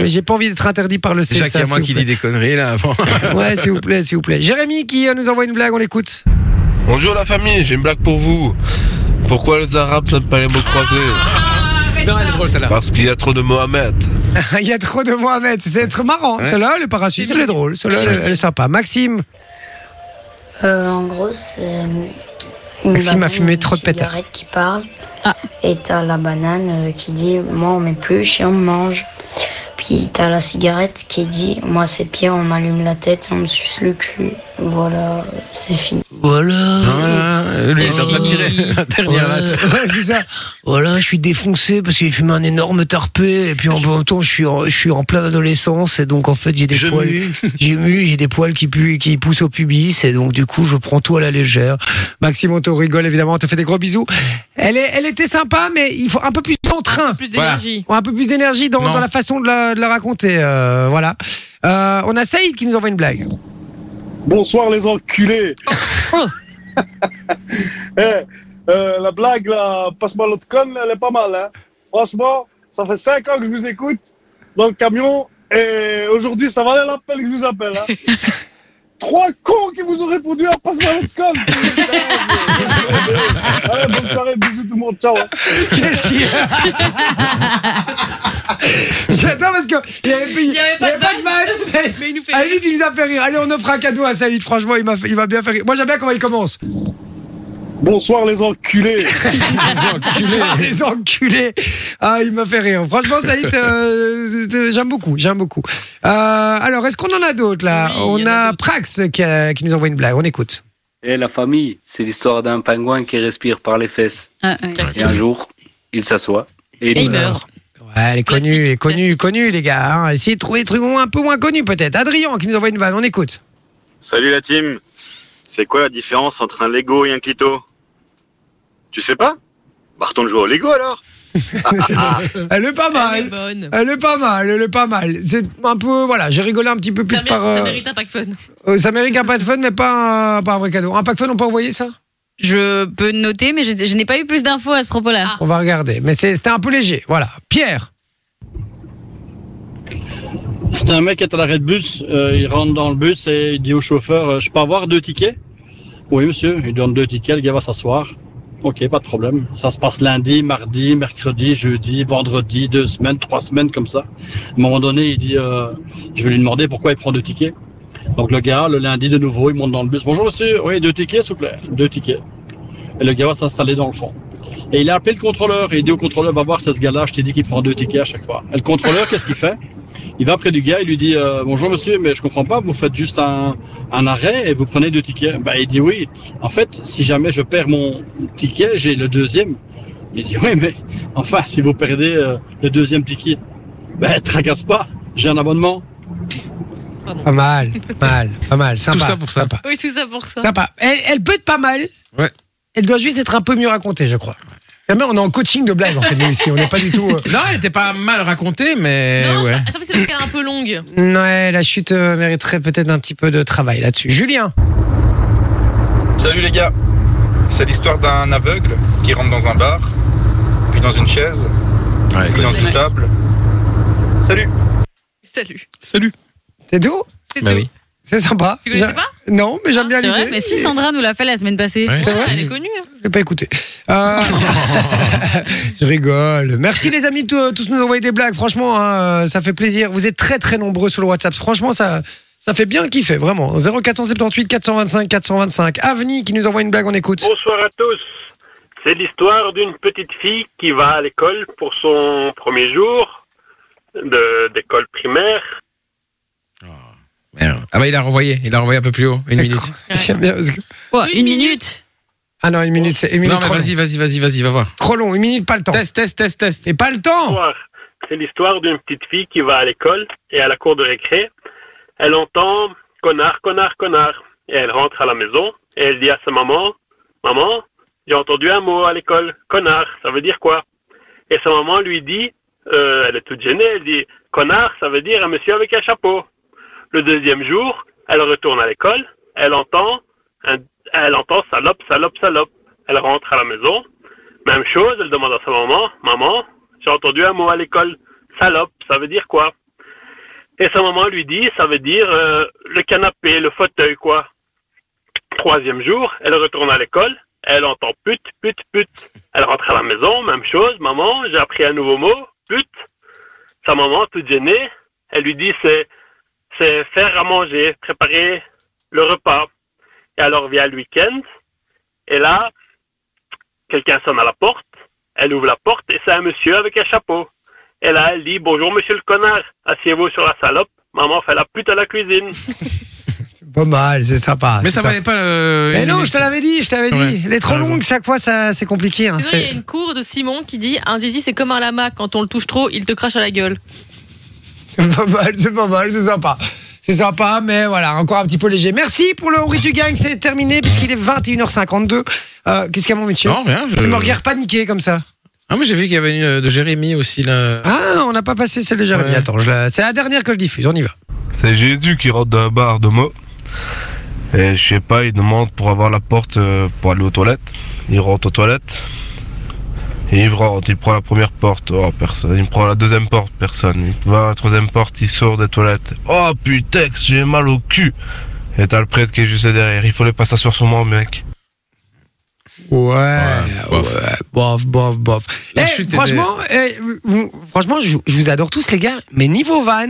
J'ai pas envie d'être interdit par le CSA.
Déjà qu'il y a moi
s'il vous
qui
plaît.
dis des conneries là avant.
Ouais, s'il vous plaît, s'il vous plaît. Jérémy qui euh, nous envoie une blague, on l'écoute.
Bonjour la famille, j'ai une blague pour vous. Pourquoi les Arabes n'aiment pas les mots croisés
Non, elle est drôle celle-là.
Parce qu'il y a trop de Mohamed.
Il y a trop de Mohamed, c'est être marrant.
Ouais.
Celle-là, elle est pas raciste, elle est drôle. Celle-là, elle, elle est sympa. Maxime,
Euh, en gros, c'est une une
Maxime a fumé
une
trop de pétards.
cigarette qui parle.
Ah.
Et t'as la banane euh, qui dit Moi, on m'épluche et on me mange. Puis t'as la cigarette qui dit Moi, c'est pire, on m'allume la tête et on me suce le cul. Voilà, c'est fini.
Ah,
Hein
Voilà, lui, il est en train de tirer la dernière latte.
Ouais, c'est ça. Voilà, je suis défoncé parce qu'il fume un énorme tarpé et puis en même temps, je suis en, je suis en pleine adolescence et donc en fait, j'ai des
Je
poils.
mue.
J'ai mu, j'ai des poils qui puent, qui poussent au pubis et donc du coup, je prends tout à la légère. Maxime, on te rigole évidemment, on te fait des gros bisous. Elle est, elle était sympa, mais il faut un peu plus d'entrain.
Plus
Voilà.
d'énergie.
un peu plus d'énergie dans,
Non.
dans la façon de la, de la raconter. euh, voilà. Euh, on a Saïd qui nous envoie une blague.
Bonsoir les enculés.
Oh.
Eh, euh, la blague, là, passe-moi l'autre conne, elle est pas mal. Hein. Franchement, ça fait 5 ans que je vous écoute dans le camion et aujourd'hui, ça valait l'appel que je vous appelle. Hein. Trois cons qui vous ont répondu à passe-moi l'autre conne. Allez, bonne soirée, bisous tout le monde, ciao. hein.
Quel tir J'adore parce qu'il n'y avait, il y
avait pas
avait
de
pas de mal.
Mais il nous fait
À la
rire.
limite, il nous a fait rire. Allez, on offre un cadeau à Saïd. Franchement, il m'a fait- il m'a bien fait rire. Moi, j'aime bien comment il commence.
Bonsoir les enculés.
Ah, les enculés. Ah, il m'a fait rire. Franchement, Saïd, euh, euh, j'aime beaucoup. J'aime beaucoup. Euh, alors, est-ce qu'on en a d'autres là
Oui, il
On
y en a
a
d'autres.
Prax qui, a- qui nous envoie une blague. On écoute.
Et Eh, la famille, c'est l'histoire d'un pingouin qui respire par les fesses.
Ah, ouais.
Et un jour, il s'assoit et
Et
il
il
meurt.
meurt.
Ouais, elle est connue, elle est connue, connue, les gars. hein. Essayez de trouver des trucs un peu moins connus, peut-être. Adrien qui nous envoie une vanne. On écoute.
Salut la team. C'est quoi la différence entre un Lego et un Clito Tu sais pas Bah retourne jouer au Lego alors.
Elle est pas
Elle est
mal.
bonne.
Elle est pas mal, elle est pas mal. C'est un peu, voilà, j'ai rigolé un petit peu plus
Ça, mé-
par.
ça
euh,
mérite un pack fun.
euh, ça mérite un pack fun, mais pas un, pas un vrai cadeau. Un pack fun, on peut envoyer ça
Je peux noter, mais je, je n'ai pas eu plus d'infos à ce propos-là.
On va regarder. Mais c'est- c'était un peu léger, voilà. Pierre,
C'était un mec qui est à l'arrêt de bus. euh, il rentre dans le bus et il dit au chauffeur euh, Je peux avoir deux tickets Oui, monsieur. Il donne deux tickets. Le gars va s'asseoir. Ok, pas de problème. Ça se passe lundi, mardi, mercredi, jeudi, vendredi, deux semaines, trois semaines comme ça. À un moment donné, il dit euh, Je vais lui demander pourquoi il prend deux tickets. Donc le gars, le lundi, de nouveau, il monte dans le bus. Bonjour monsieur, oui, deux tickets, s'il vous plaît. Deux tickets. Et le gars va s'installer dans le fond. Et il a appelé le contrôleur. Et il dit au contrôleur Va voir, c'est ce gars-là, je t'ai dit qu'il prend deux tickets à chaque fois. Et le contrôleur, qu'est-ce qu'il fait il va près du gars, il lui dit euh, Bonjour monsieur, mais je comprends pas, vous faites juste un, un arrêt et vous prenez deux tickets. Bah, il dit Oui, en fait, si jamais je perds mon ticket, j'ai le deuxième. Il dit Oui, mais enfin, si vous perdez euh, le deuxième ticket, ben, tracasse pas, j'ai un abonnement.
pas mal, pas mal, pas mal, sympa.
Tout ça pour ça.
Sympa.
Ah, Oui, tout ça pour ça.
Sympa. Elle, elle peut être pas mal.
Ouais.
Elle doit juste être un peu mieux racontée, je crois. La mère, on est en coaching de blagues, en fait, nous ici. On n'est pas du tout. euh,
Non, elle était pas mal racontée, mais
non,
Eh ouais.
ça- ça, c'est parce qu'elle est un peu longue.
Ouais, la chute euh, mériterait peut-être un petit peu de travail là-dessus. Julien,
Salut les gars. C'est l'histoire d'un aveugle qui rentre dans un bar, puis dans une chaise,
Ouais,
puis dans une table. Salut.
Salut.
Salut.
c'est tout
C'est
Bah
tout.
oui.
C'est sympa.
Tu connaissais
J'a-
pas Ah,
Non, mais j'aime bien
c'est vrai,
l'idée.
Mais si Sandra nous l'a fait la semaine passée.
Ouais.
C'est vrai
Elle est connue. hein.
Je l'ai pas écouté. Euh, je rigole. Merci les amis de tou- tous nous envoyer des blagues. Franchement, hein, ça fait plaisir. Vous êtes très très nombreux sur le WhatsApp. Franchement, ça. Ça fait bien kiffer, vraiment. 0478 425 425. Avni qui nous envoie une blague, on écoute.
Oh,
Bonsoir à tous. C'est l'histoire d'une petite fille qui va à l'école pour son premier jour de- d'école primaire.
Merde. Ah bah il a renvoyé, il a renvoyé un peu plus haut, une minute.
J'aime bien parce que-
Quoi,
Une
une minute
Ah non, une minute, c'est une minute
non mais
trop, long.
vas-y, vas-y, vas-y, vas-y, va voir.
Trop long, une minute, pas le temps.
Test, test, test, test.
Et pas le temps
L'histoire, C'est l'histoire d'une petite fille qui va à l'école et à la cour de récré. Elle entend connard, connard, connard. Et elle rentre à la maison et elle dit à sa maman Maman, j'ai entendu un mot à l'école, connard, ça veut dire quoi Et sa maman lui dit euh, Elle est toute gênée, elle dit Connard, ça veut dire un monsieur avec un chapeau. Le deuxième jour, elle retourne à l'école, elle entend, un- elle entend salope, salope, salope. Elle rentre à la maison même chose, elle demande à sa maman, maman, j'ai entendu un mot à l'école, salope, ça veut dire quoi Et sa maman lui dit, ça veut dire euh, le canapé, le fauteuil, quoi. Troisième jour, elle retourne à l'école, elle entend pute, pute, pute. Elle rentre à la maison, même chose, maman, j'ai appris un nouveau mot, pute. Sa maman, toute gênée, elle lui dit, c'est, c'est faire à manger, préparer le repas. Et alors vient le week-end, et là, Quelqu'un sonne à la porte. Elle ouvre la porte et c'est un monsieur avec un chapeau. Et là, elle dit Bonjour, monsieur le connard. Asseyez-vous sur la salope. Maman fait la pute à la cuisine.
C'est pas mal, c'est sympa.
Mais
Ah, c'est
ça valait pas le.
Mais
une
non,
minute.
je te l'avais dit, je t'avais
Ouais, Ah,
dit. Les
t'as
trop
raison.
longues, chaque fois, ça, c'est compliqué.
Ah,
hein,
Sinon,
c'est-
il y a une cour de Simon qui dit Un zizi, c'est comme un lama. Quand on le touche trop, il te crache à la gueule.
C'est pas mal, c'est pas mal, c'est sympa. C'est sympa, mais voilà, encore un petit peu léger. Merci pour le Henri du Gang, c'est terminé puisqu'il est 21h52. Euh, Qu'est-ce qu'il y a, mon monsieur
Non, rien. Je...
Tu me regardes paniquer comme ça.
Ah, mais j'ai vu qu'il y avait une euh, de Jérémy aussi là.
Ah, on n'a pas passé celle de Jérémy.
Ouais.
Attends, je la- c'est la dernière que je diffuse, on y va.
C'est Jésus qui rentre d'un bar de mots. Et je sais pas, il demande pour avoir la porte euh, pour aller aux toilettes. Il rentre aux toilettes. Et il rentre, il prend la première porte, oh personne. Il prend la deuxième porte, personne. Il va à la troisième porte, il sort des toilettes. Oh putain, que j'ai mal au cul. Et t'as le prêtre qui est juste derrière. Il fallait pas s'asseoir sur moi, mec.
Ouais, Ah, ouais,
bof.
bof, bof, bof.
La
Eh,
chute était-
franchement, eh, vous- franchement, je, je vous adore tous les gars, mais niveau van,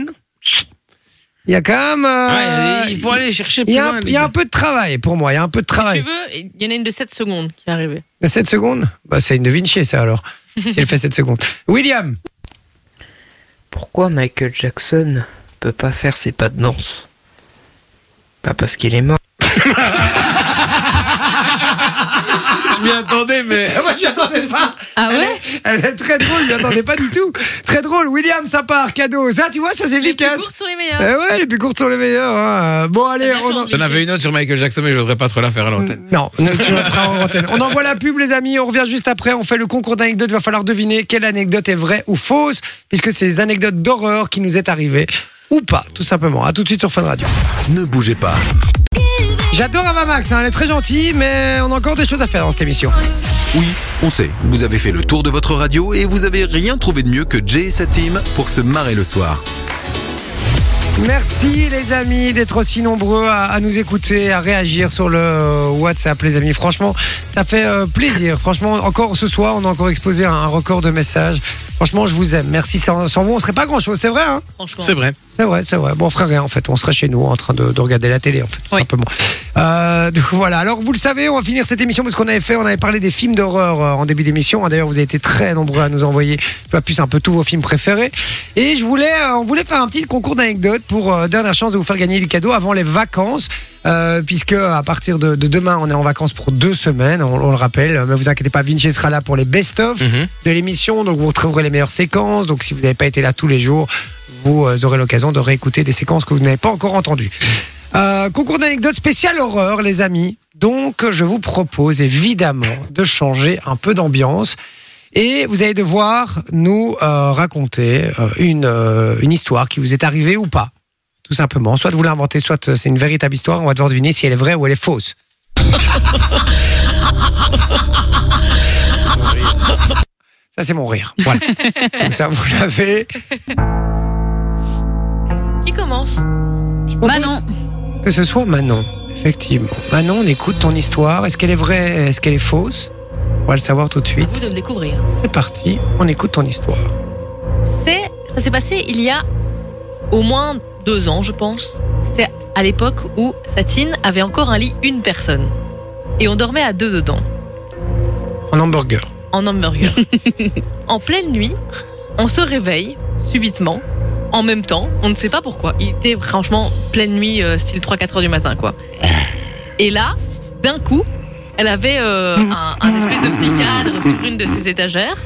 il y a quand même, euh,
Ah, il faut aller chercher
il
plus
y, a,
loin.
un-
les
il y a un
gars.
peu de travail pour moi, il y a un peu de
Si
travail.
tu veux, il y en a une de 7 secondes qui est arrivée.
7 secondes bah, C'est une de Vinci, ça alors. Si elle fait 7 secondes. William
Pourquoi Michael Jackson peut pas faire ses pas de danse Pas parce qu'il est mort.
je m'y attendais, mais.
Moi, je n'y attendais pas.
Ah
Elle
ouais
est- Elle est très drôle, je n'y attendais pas du tout. Très drôle, William, ça part, cadeau. Ça, tu vois, ça c'est
Les plus hein.
efficace.
courtes sont les
Eh
Euh,
meilleures.
ouais, les plus courtes sont les meilleures. hein. Bon, allez,
Bien
on en...
entendu.
J'en avais une autre sur Michael Jackson, mais je voudrais pas trop la faire à l'antenne.
Non, ne- tu vas pas en antenne. On envoie la pub, les amis. On revient juste après. On fait le concours d'anecdotes. Il va falloir deviner quelle anecdote est vraie ou fausse, puisque c'est des anecdotes d'horreur qui nous est arrivée ou pas, tout simplement. À tout de suite sur Fun Radio.
Ne bougez pas.
J'adore Ava Max. hein. Elle est très gentille, mais on a encore des choses à faire dans cette émission.
Oui, on sait, vous avez fait le tour de votre radio et vous avez rien trouvé de mieux que Jay et sa team pour se marrer le soir.
Merci les amis d'être aussi nombreux à, à nous écouter, à réagir sur le euh, WhatsApp les amis. Franchement, ça fait euh, plaisir. Franchement, encore ce soir, on a encore exposé un, un record de messages. Franchement, je vous aime. Merci. Sans, sans vous, on serait pas grand chose. C'est vrai. Hein
Franchement.
C'est vrai.
c'est vrai, c'est vrai. Bon, on ferait rien en fait. On serait chez nous en train de, de regarder la télé en fait, tout
Oui.
simplement. Euh, donc voilà. Alors vous le savez, on va finir cette émission parce qu'on avait fait, on avait parlé des films d'horreur euh, en début d'émission. D'ailleurs, vous avez été très nombreux à nous envoyer, plus plus un peu tous vos films préférés. Et je voulais, euh, on voulait faire un petit concours d'anecdotes pour euh, dernière chance de vous faire gagner du cadeau avant les vacances. Euh, puisque à partir de, de demain, on est en vacances pour deux semaines, on, on le rappelle. Euh, Mais vous inquiétez pas, Vinci sera là pour les best-of
Mhm.
de l'émission, donc vous retrouverez les meilleures séquences. Donc si vous n'avez pas été là tous les jours, vous euh, aurez l'occasion de réécouter des séquences que vous n'avez pas encore entendues. Euh, concours d'anecdotes spécial horreur, les amis. Donc je vous propose évidemment de changer un peu d'ambiance. Et vous allez devoir nous euh, raconter euh, une, euh, une histoire qui vous est arrivée ou pas. Tout simplement. Soit vous l'inventez, soit euh, c'est une véritable histoire. On va devoir deviner si elle est vraie ou elle est fausse. Ça, c'est mon rire. Voilà. Comme ça, vous l'avez.
Qui commence
Bah
Manon,
Que ce soit Manon, effectivement. Manon, on écoute ton histoire. Est-ce qu'elle est vraie Est-ce qu'elle est fausse On va le savoir tout de
À
suite.
vous de le découvrir.
C'est parti. On écoute ton histoire.
C'est, ça s'est passé il y a au moins deux ans, je pense. C'était à l'époque où Satine avait encore un lit une personne. Et on dormait à deux dedans,
En hamburger.
en hamburger. en pleine nuit, on se réveille subitement, en même temps, on ne sait pas pourquoi. Il était franchement pleine nuit, euh, style 3-4 heures du matin, quoi. Et là, d'un coup, elle avait euh, un, un espèce de petit cadre sur une de ses étagères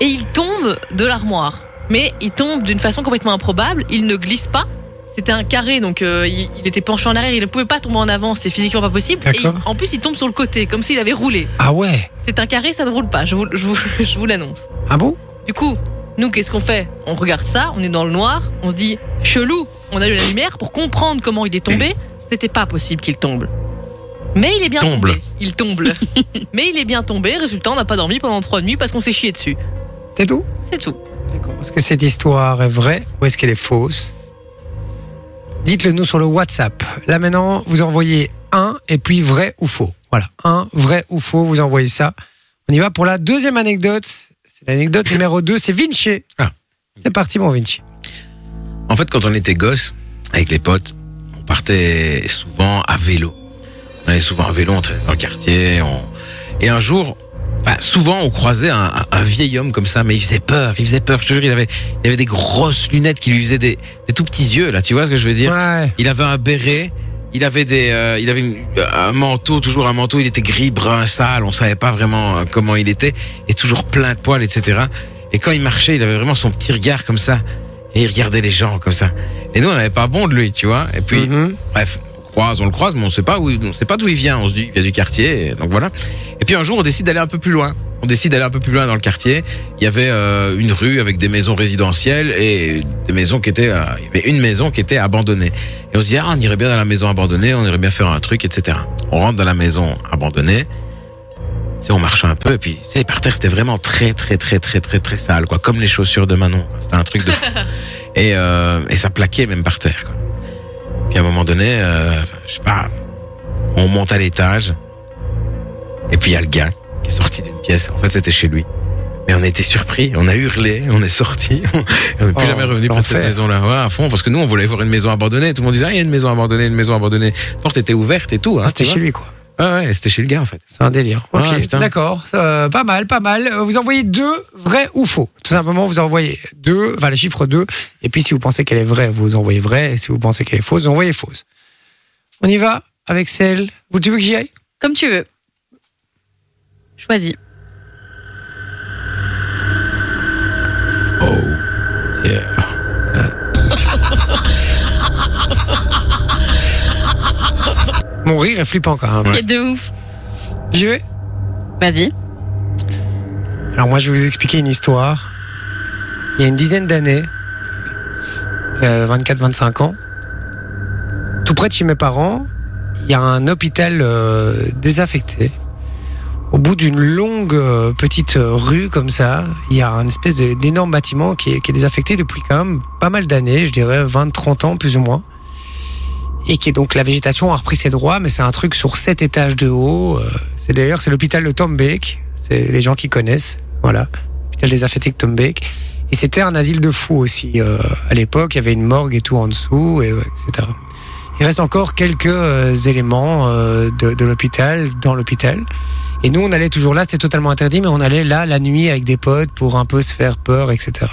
et il tombe de l'armoire. Mais il tombe d'une façon complètement improbable, il ne glisse pas. C'était un carré, donc euh, il, il était penché en arrière, il ne pouvait pas tomber en avant, c'était physiquement pas possible. Et il-
D'accord.
en plus, il tombe sur le côté, comme s'il avait roulé.
Ah ouais
C'est un carré, ça ne roule pas, je vous, je vous- je vous l'annonce.
Ah bon
Du coup, nous, qu'est-ce qu'on fait On regarde ça, on est dans le noir, on se dit chelou, on a eu la lumière pour comprendre comment il est tombé. Ce n'était pas possible qu'il tombe. Mais il est bien
Tombe.
tombé. Il tombe. Mais il est bien tombé, résultat, on n'a pas dormi pendant trois nuits parce qu'on s'est chié dessus.
C'est tout
C'est tout.
D'accord. Est-ce que cette histoire est vraie ou est-ce qu'elle est fausse Dites-le nous sur le WhatsApp. Là maintenant, vous envoyez un et puis vrai ou faux. Voilà, un, vrai ou faux, vous envoyez ça. On y va pour la deuxième anecdote. C'est l'anecdote numéro 2, c'est Vinci.
Ah.
C'est parti mon Vinci.
En fait, quand on était gosse, avec les potes, on partait souvent à vélo. On allait souvent à vélo, on traînait dans le quartier. on- Et un jour, enfin, souvent, on croisait un, un- un vieil homme comme ça, mais il faisait peur, il faisait peur. Je te jure, il avait, il avait des grosses lunettes qui lui faisaient des, des tout petits yeux, là, tu vois ce que je veux dire
Ouais.
Il avait un béret, il avait des, euh, il avait une- un manteau, toujours un manteau. Il était gris, brun, sale. On savait pas vraiment euh, comment il était, et toujours plein de poils, etc. Et quand il marchait, il avait vraiment son petit regard comme ça, et il regardait les gens comme ça. Et nous, on n'avait pas bon de lui, tu vois. Et puis,
Mhm.
Bref, on croise, on le croise, mais on sait pas où, on sait pas d'où il vient. On se dit, il vient du quartier, et donc voilà. Et puis un jour, on décide d'aller un peu plus loin. On décide d'aller un peu plus loin dans le quartier. Il y avait euh, une rue avec des maisons résidentielles et des maisons qui étaient, euh, il y avait une maison qui était abandonnée. Et on se dit, ah, on irait bien dans la maison abandonnée, on irait bien faire un truc, etc. On rentre dans la maison abandonnée. Tu sais, on marche un peu et puis, tu sais, par terre, c'était vraiment très, très, très, très, très, très sale, quoi. Comme les chaussures de Manon. quoi. C'était un truc de fou. et, euh, et ça plaquait même par terre, quoi. Puis à un moment donné, euh, enfin, je sais pas, on monte à l'étage. Et puis il y a le gars qui est sorti d'une pièce. En fait, c'était chez lui. Mais on a été surpris, on a hurlé, on est sorti. on n'est plus
Oh,
jamais revenu près de cette
l'enfer.
maison-là. Ouais, à fond, parce que nous, on voulait voir une maison abandonnée. Tout le monde disait, ah, il y a une maison abandonnée, une maison abandonnée. La porte était ouverte et tout. Hein,
Ah, C'était
tu
chez lui quoi.
vois. Ouais, ouais, c'était chez le gars, en fait.
C'est un délire. Ok,
Ouais, putain.
d'accord. Euh, pas mal, pas mal. Euh, Vous envoyez deux, vrai ou faux. Tout simplement, vous envoyez deux, enfin le chiffre 2. Et puis si vous pensez qu'elle est vraie, vous envoyez vrai. Et si vous pensez qu'elle est fausse, vous envoyez fausse. On y va avec celle. Vous, tu veux que j'y aille
comme tu veux. Choisis.
Oh, yeah.
Mon rire est flippant quand même.
C'est de ouf.
J'y vais
Vas-y.
Alors moi, je vais vous expliquer une histoire. Il y a une dizaine d'années, euh, 24-25 ans, tout près de chez mes parents, il y a un hôpital euh, désaffecté. Au bout d'une longue euh, petite euh, rue comme ça, il y a un espèce de- d'énorme bâtiment qui est, qui est désaffecté depuis quand même pas mal d'années, je dirais 20-30 ans plus ou moins. Et qui est donc la végétation a repris ses droits, mais c'est un truc sur 7 étages de haut. euh, C'est d'ailleurs c'est l'hôpital de Tombeek, c'est les gens qui connaissent, voilà, l'hôpital désaffecté de Tombeek. Et c'était un asile de fous aussi euh, à l'époque. Il y avait une morgue et tout en dessous, et, ouais, etc. Il reste encore quelques euh, éléments euh, de, de l'hôpital dans l'hôpital. Et nous, on allait toujours là. C'était totalement interdit, mais on allait là la nuit avec des potes pour un peu se faire peur, etc.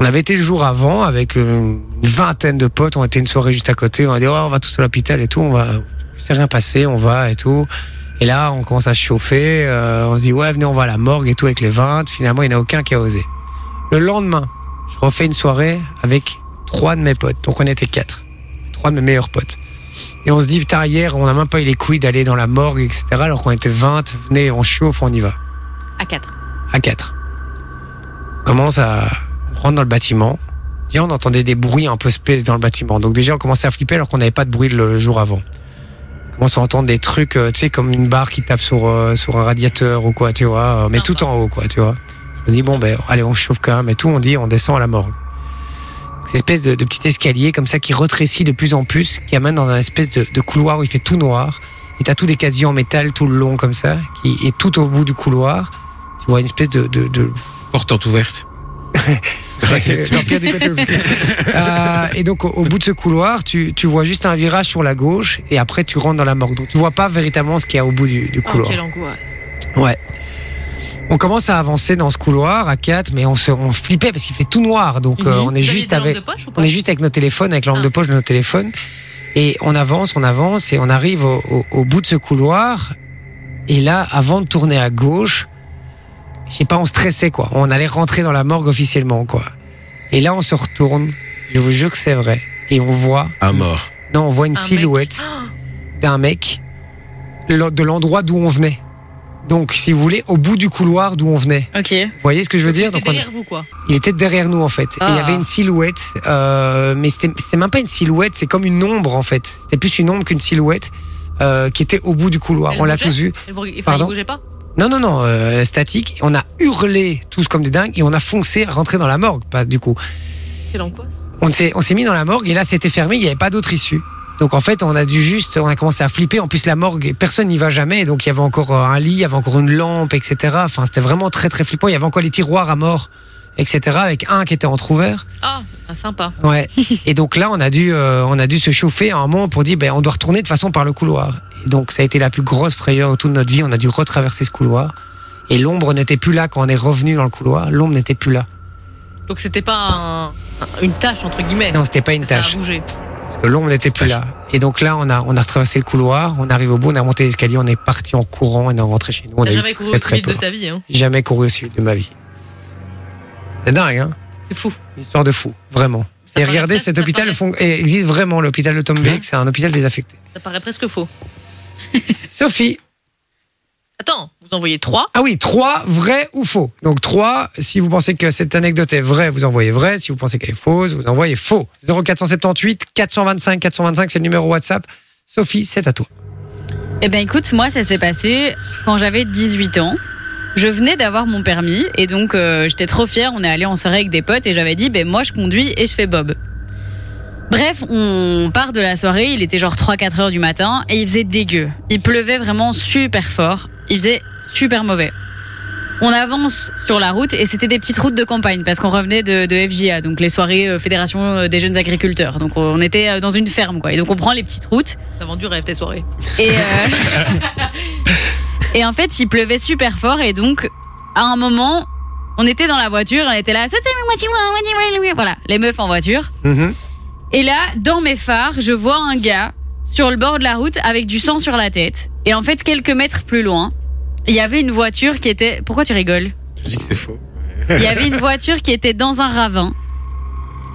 On avait été le jour avant avec euh, une vingtaine de potes. On était une soirée juste à côté. On a dit oh, on va tous à l'hôpital et tout. On va, c'est rien passé. On va et tout. Et là, on commence à se chauffer. euh, on se dit ouais, venez, on va à la morgue et tout avec les 20. Finalement, il n'y en a aucun qui a osé. Le lendemain, je refais une soirée avec trois de mes potes. Donc on était quatre. Trois de mes meilleurs potes. Et on se dit, putain, hier, on n'a même pas eu les couilles d'aller dans la morgue, etc. Alors qu'on était 20, venez, on chauffe, on y va.
À 4.
À quatre. On commence à on rentre dans le bâtiment. Et on entendait des bruits un peu space dans le bâtiment. Donc déjà, on commençait à flipper alors qu'on n'avait pas de bruit le jour avant. On commence à entendre des trucs, euh, tu sais, comme une barre qui tape sur, euh, sur un radiateur ou quoi, tu vois. euh, Mais tout en haut, quoi, tu vois. On se dit, bon, ben, allez, on chauffe quand même et tout. On dit, on descend à la morgue. Cette espèce de, de petit escalier comme ça qui retrécit de plus en plus, qui amène dans un espèce de, de couloir où il fait tout noir. Et t'as tout des casiers en métal tout le long comme ça, qui est tout au bout du couloir. Tu vois une espèce de, de, de
Porte ouverte.
Alors, pire des côtés obscurs. Euh, et donc, au, au bout de ce couloir, tu, tu vois juste un virage sur la gauche et après tu rentres dans la morgue. Donc, tu vois pas véritablement ce qu'il y a au bout du, du couloir.
Oh, quelle angoisse.
Ouais. On commence à avancer dans ce couloir à 4, mais on se on flippait parce qu'il fait tout noir. Donc
Mhm.
euh, on
Vous
est
aviez
juste
des lampes
avec
de poche ou pas
on est juste avec nos téléphones, avec
Ah.
l'angle de poche de nos téléphones. Et on avance, on avance et on arrive au, au- au bout de ce couloir. Et là, avant de tourner à gauche, je sais pas, on stressait quoi. On allait rentrer dans la morgue officiellement quoi. Et là, on se retourne. Je vous jure que c'est vrai. Et on voit
À mort.
non, on voit une
Un mec.
silhouette
Ah,
d'un mec l'o- de l'endroit d'où on venait. Donc, si vous voulez, au bout du couloir d'où on venait.
Ok.
Vous voyez ce que je veux dire
C'était
Donc, on-
derrière vous, quoi.
Il était derrière nous, en fait. Et il y
Ah.
avait une silhouette, euh, mais c'était c'était même pas une silhouette, c'est comme une ombre, en fait. C'était plus une ombre qu'une silhouette euh, qui était au bout du couloir.
Elle
on l'a
bougeait
tous vu.
Elle vous- enfin, il
Pardon
bougeait pas
Non, non, non, euh, statique. On a hurlé tous comme des dingues et on a foncé, rentré dans la morgue, pas du coup.
Quelle angoisse.
on s'est on s'est mis dans la morgue et là c'était fermé, il n'y avait pas d'autre issue. Donc en fait, on a dû juste, on a commencé à flipper. En plus, la morgue, personne n'y va jamais. Donc il y avait encore euh, un lit, il y avait encore une lampe, etc. Enfin, c'était vraiment très très flippant. Il y avait encore les tiroirs à mort, etc. Avec un qui était entrouvert.
Ah, ah, sympa.
Ouais. et donc là, on a dû, euh, on a dû se chauffer à un moment pour dire, ben on doit retourner de façon par le couloir. Et donc ça a été la plus grosse frayeur de toute notre vie. On a dû retraverser ce couloir. Et l'ombre n'était plus là quand on est revenu dans le couloir. L'ombre n'était plus là.
Donc c'était pas un- un- une tâche, entre guillemets.
Non, c'était pas une
Ça
tâche.
a bougé.
Parce que l'ombre n'était plus là. Et donc là, on a, on a retraversé le couloir, on arrive au bout, on a monté l'escalier, on est parti en courant et on est rentré chez nous. On a
T'as
eu
jamais couru
très,
aussi
très
vite de
peur.
ta vie, hein.
Jamais couru aussi vite de ma vie. C'est dingue, hein
C'est fou.
Une histoire de fou, vraiment.
Ça
et
paraît
regardez,
presque-
cet
ça
hôpital
paraît- Hein
fon- et existe vraiment, l'hôpital de Tom Beck, c'est un hôpital désaffecté.
Ça paraît presque faux.
Sophie,
Attends, vous envoyez 3.
ah oui, trois, vrai ou faux Donc trois, si vous pensez que cette anecdote est vraie, vous envoyez vrai. Si vous pensez qu'elle est fausse, vous envoyez faux. 0478 425 425, c'est le numéro WhatsApp. Sophie, c'est à toi.
Eh ben écoute, moi ça s'est passé quand j'avais 18 ans. Je venais d'avoir mon permis et donc euh, j'étais trop fière. On est allé en soirée avec des potes et j'avais dit ben moi je conduis et je fais Bob. Bref, on part de la soirée, il était genre 3-4 heures du matin et il faisait dégueu. Il pleuvait vraiment super fort, il faisait super mauvais. On avance sur la route et c'était des petites routes de campagne parce qu'on revenait de, de FJA, donc les soirées euh, Fédération euh, des jeunes agriculteurs. Donc on était euh, dans une ferme quoi. Et donc on prend les petites routes
Ça vend du rêve, tes soirées.
et, euh, et en fait, il pleuvait super fort et donc, à un moment, on était dans la voiture, on était là, voilà, les meufs en voiture.
Mm-hmm.
Et là, dans mes phares, je vois un gars sur le bord de la route avec du sang sur la tête. Et en fait, quelques mètres plus loin, Il y avait une voiture qui était. Pourquoi tu rigoles
Je dis que c'est faux.
Il y avait une voiture qui était dans un ravin.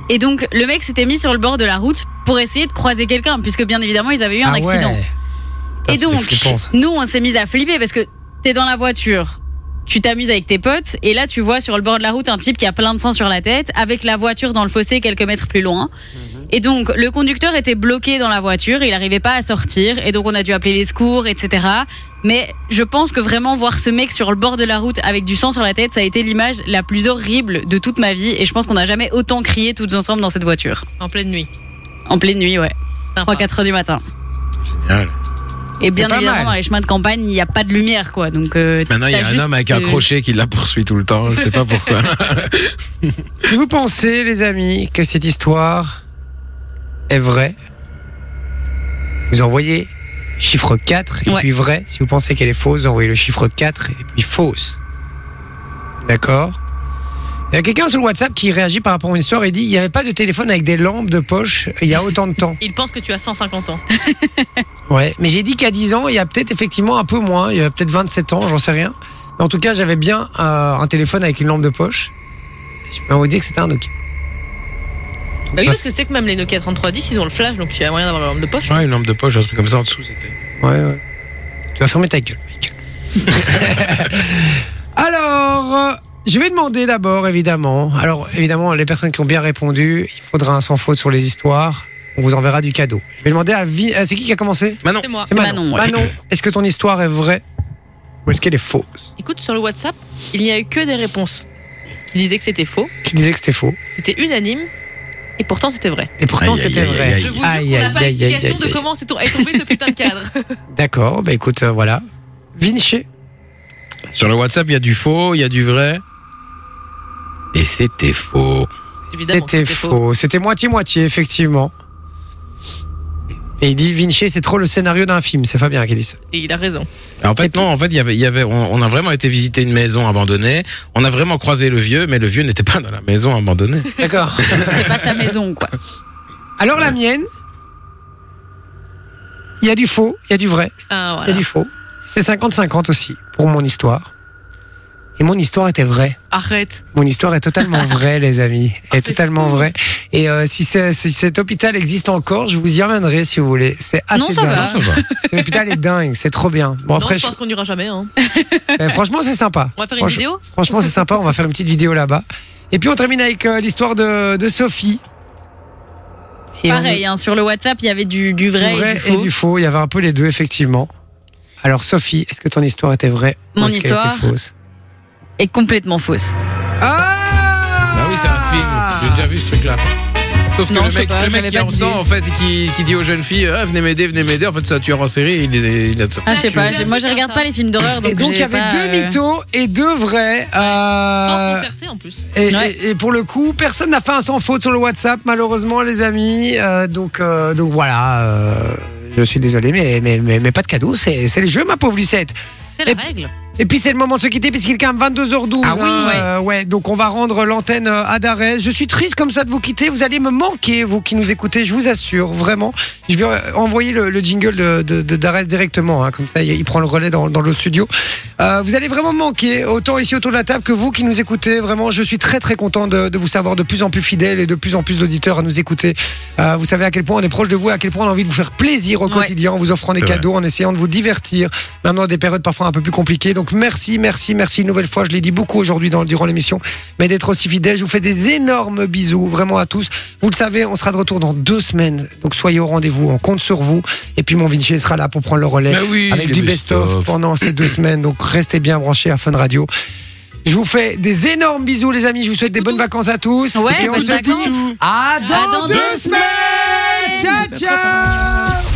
Et donc, le mec s'était mis sur le bord de la route pour essayer de croiser quelqu'un, puisque bien évidemment, ils avaient eu un
Ah ouais.
accident.
Putain,
Et
c'était
donc,
flippant, ça.
nous, on s'est mis à flipper parce que t'es dans la voiture, tu t'amuses avec tes potes, et là, tu vois sur le bord de la route un type qui a plein de sang sur la tête, avec la voiture dans le fossé quelques mètres plus loin.
Mhm.
Et donc, le conducteur était bloqué dans la voiture, il n'arrivait pas à sortir, et donc on a dû appeler les secours, etc. Mais je pense que vraiment voir ce mec sur le bord de la route avec du sang sur la tête, ça a été l'image la plus horrible de toute ma vie, et je pense qu'on n'a jamais autant crié toutes ensemble dans cette voiture.
En pleine nuit.
En pleine nuit, ouais.
Sympa.
3-4 heures du matin.
Génial.
Et bien
pas
évidemment,
mal.
dans les chemins de campagne, il n'y a pas de lumière, quoi. Donc, euh,
Maintenant, il y a
t'as
un
juste,
homme avec un
euh,
crochet qui la poursuit tout le temps. Je sais pas pourquoi.
Si vous pensez, les amis, que cette histoire est vraie, vous envoyez chiffre 4 et
Ouais.
puis vrai. Si vous pensez qu'elle est fausse, vous envoyez le chiffre 4 et puis fausse. D'accord Il y a quelqu'un sur le WhatsApp qui réagit par rapport à une histoire et dit il n'y avait pas de téléphone avec des lampes de poche il y a autant de temps.
Il pense que tu as 150 ans. Bah
Ouais, mais j'ai dit qu'à 10 ans, il y a peut-être effectivement un peu moins, il y a peut-être 27 ans, j'en sais rien. Mais en tout cas, j'avais bien euh, un téléphone avec une lampe de poche. Je peux vous dire que c'était un Nokia.
Bah oui, parce que tu sais que même les Nokia 3310, ils ont le flash, donc tu as moyen d'avoir la lampe de poche.
Ouais, une lampe de poche, un truc comme ça en dessous, c'était.
Ouais, ouais. Tu vas fermer ta gueule, mec. Alors, euh, je vais demander d'abord, évidemment. Alors, évidemment, les personnes qui ont bien répondu, il faudra un sans faute sur les histoires. On vous enverra du cadeau. Je vais demander à. Vi- euh, C'est qui qui a commencé
Maintenant,
C'est moi.
C'est
Manon, ouais.
Manon, est-ce que ton histoire est vraie ou est-ce qu'elle est fausse
Écoute, sur le WhatsApp, il n'y a eu que des réponses qui disaient que c'était faux.
Qui disait que c'était faux.
C'était unanime. Et pourtant, c'était vrai.
Et pourtant,
Aïe, aïe,
c'était
aïe,
vrai.
aïe,
Je vous jure qu'on n'a pas l'explication de comment c'est tom- est tombé ce putain de cadre.
D'accord, bah écoute, euh, voilà. Vinci,
Sur le WhatsApp, il y a du faux, il y a du vrai. Et c'était faux.
Évidemment,
c'était faux. C'était moitié-moitié, effectivement. Et il dit Vinci, c'est trop le scénario d'un film. C'est Fabien qui dit ça.
Et il a raison.
En fait, non, en fait, il y avait, il y avait, on, on a vraiment été visiter une maison abandonnée. On a vraiment croisé le vieux, mais le vieux n'était pas dans la maison abandonnée.
D'accord.
C'est pas sa maison, quoi.
Alors la mienne, il y a du faux, il y a du vrai,
Ah,
il y a
voilà.
du faux. C'est 50-50 aussi pour mon histoire. Et mon histoire était vraie.
Arrête.
Mon histoire est totalement vraie, les amis. Elle est
c'est
totalement
fou.
vraie. Et euh, si, c'est- si cet hôpital existe encore, je vous y amènerai si vous voulez. C'est assez
Non, ça
dingue.
va.
Cet hôpital est dingue, c'est trop bien. Bon
non,
après,
je pense qu'on n'ira jamais. Hein.
je- mais franchement, c'est sympa.
On va faire une
Franch-
vidéo
Franchement, c'est sympa. On va faire une petite vidéo là-bas. Et puis on termine avec euh, l'histoire de, de Sophie. Et on-
Pareil, hein, sur le WhatsApp, il y avait du, du
Du
vrai,
vrai
et du faux.
Il y avait un peu les deux, effectivement. Alors, Sophie, est-ce que ton histoire était vraie ou
Mon
est-ce qu'elle
histoire.
était fausse
Et complètement fausse.
Ah
Ah oui, c'est un film. J'ai déjà vu ce truc-là. Sauf que
Non,
le
je
mec,
sais pas,
le mec
j'avais
qui
pas
en sent,
d'idée.
en fait, et qui, qui dit aux jeunes filles, Ah, venez m'aider, venez m'aider. En fait, c'est un tueur en série. Il, est- il a
Ah, je sais
tu
pas,
me
j'ai- moi je
laisses
regarde
faire
pas
ça.
les films d'horreur.
Et donc, il y
j'ai
avait
pas,
deux
euh,
mythos et deux vrais.
Sans
euh,
concerté en plus.
et,
Ouais.
et- et pour le coup, personne n'a fait un sans faute sur le WhatsApp, malheureusement, les amis. Euh, donc, euh, donc voilà. euh, je suis désolé, mais, mais, mais, mais pas de cadeau. C'est c'est le jeu, ma pauvre Lucette.
C'est
Et-
la règle.
Et puis c'est le moment de se quitter puisqu'il est quand même 22h12.
Ah oui, ouais.
euh, ouais, donc on va rendre l'antenne euh, à Darès. Je suis triste comme ça de vous quitter. Vous allez me manquer, vous qui nous écoutez, je vous assure, vraiment. Je vais euh, envoyer le, le jingle de, de, de Darès directement, hein, comme ça il, il prend le relais dans, dans le studio. Euh, vous allez vraiment me manquer, autant ici autour de la table que vous qui nous écoutez. Vraiment, je suis très très content de, de vous savoir de plus en plus fidèles et de plus en plus d'auditeurs à nous écouter. Euh, vous savez à quel point on est proche de vous, et à quel point on a envie de vous faire plaisir au
Ouais.
quotidien en vous offrant des
C'est vrai.
cadeaux, en essayant de vous divertir maintenant des périodes parfois un peu plus compliquées. Donc merci, merci, merci une nouvelle fois. Je l'ai dit beaucoup aujourd'hui dans- durant l'émission, mais d'être aussi fidèle. Je vous fais des énormes bisous vraiment à tous. Vous le savez, on sera de retour dans deux semaines. Donc soyez au rendez-vous. On compte sur vous. Et puis mon Vinci sera là pour prendre le relais
oui,
avec du best-of pendant ces deux semaines. Donc restez bien branchés à Fun Radio. Je vous fais des énormes bisous les amis. Je vous souhaite des bonnes vacances à tous.
Ouais,
et puis on
bonnes
se dit
vacances.
à dans,
dans
deux,
deux
semaines. Ciao ciao.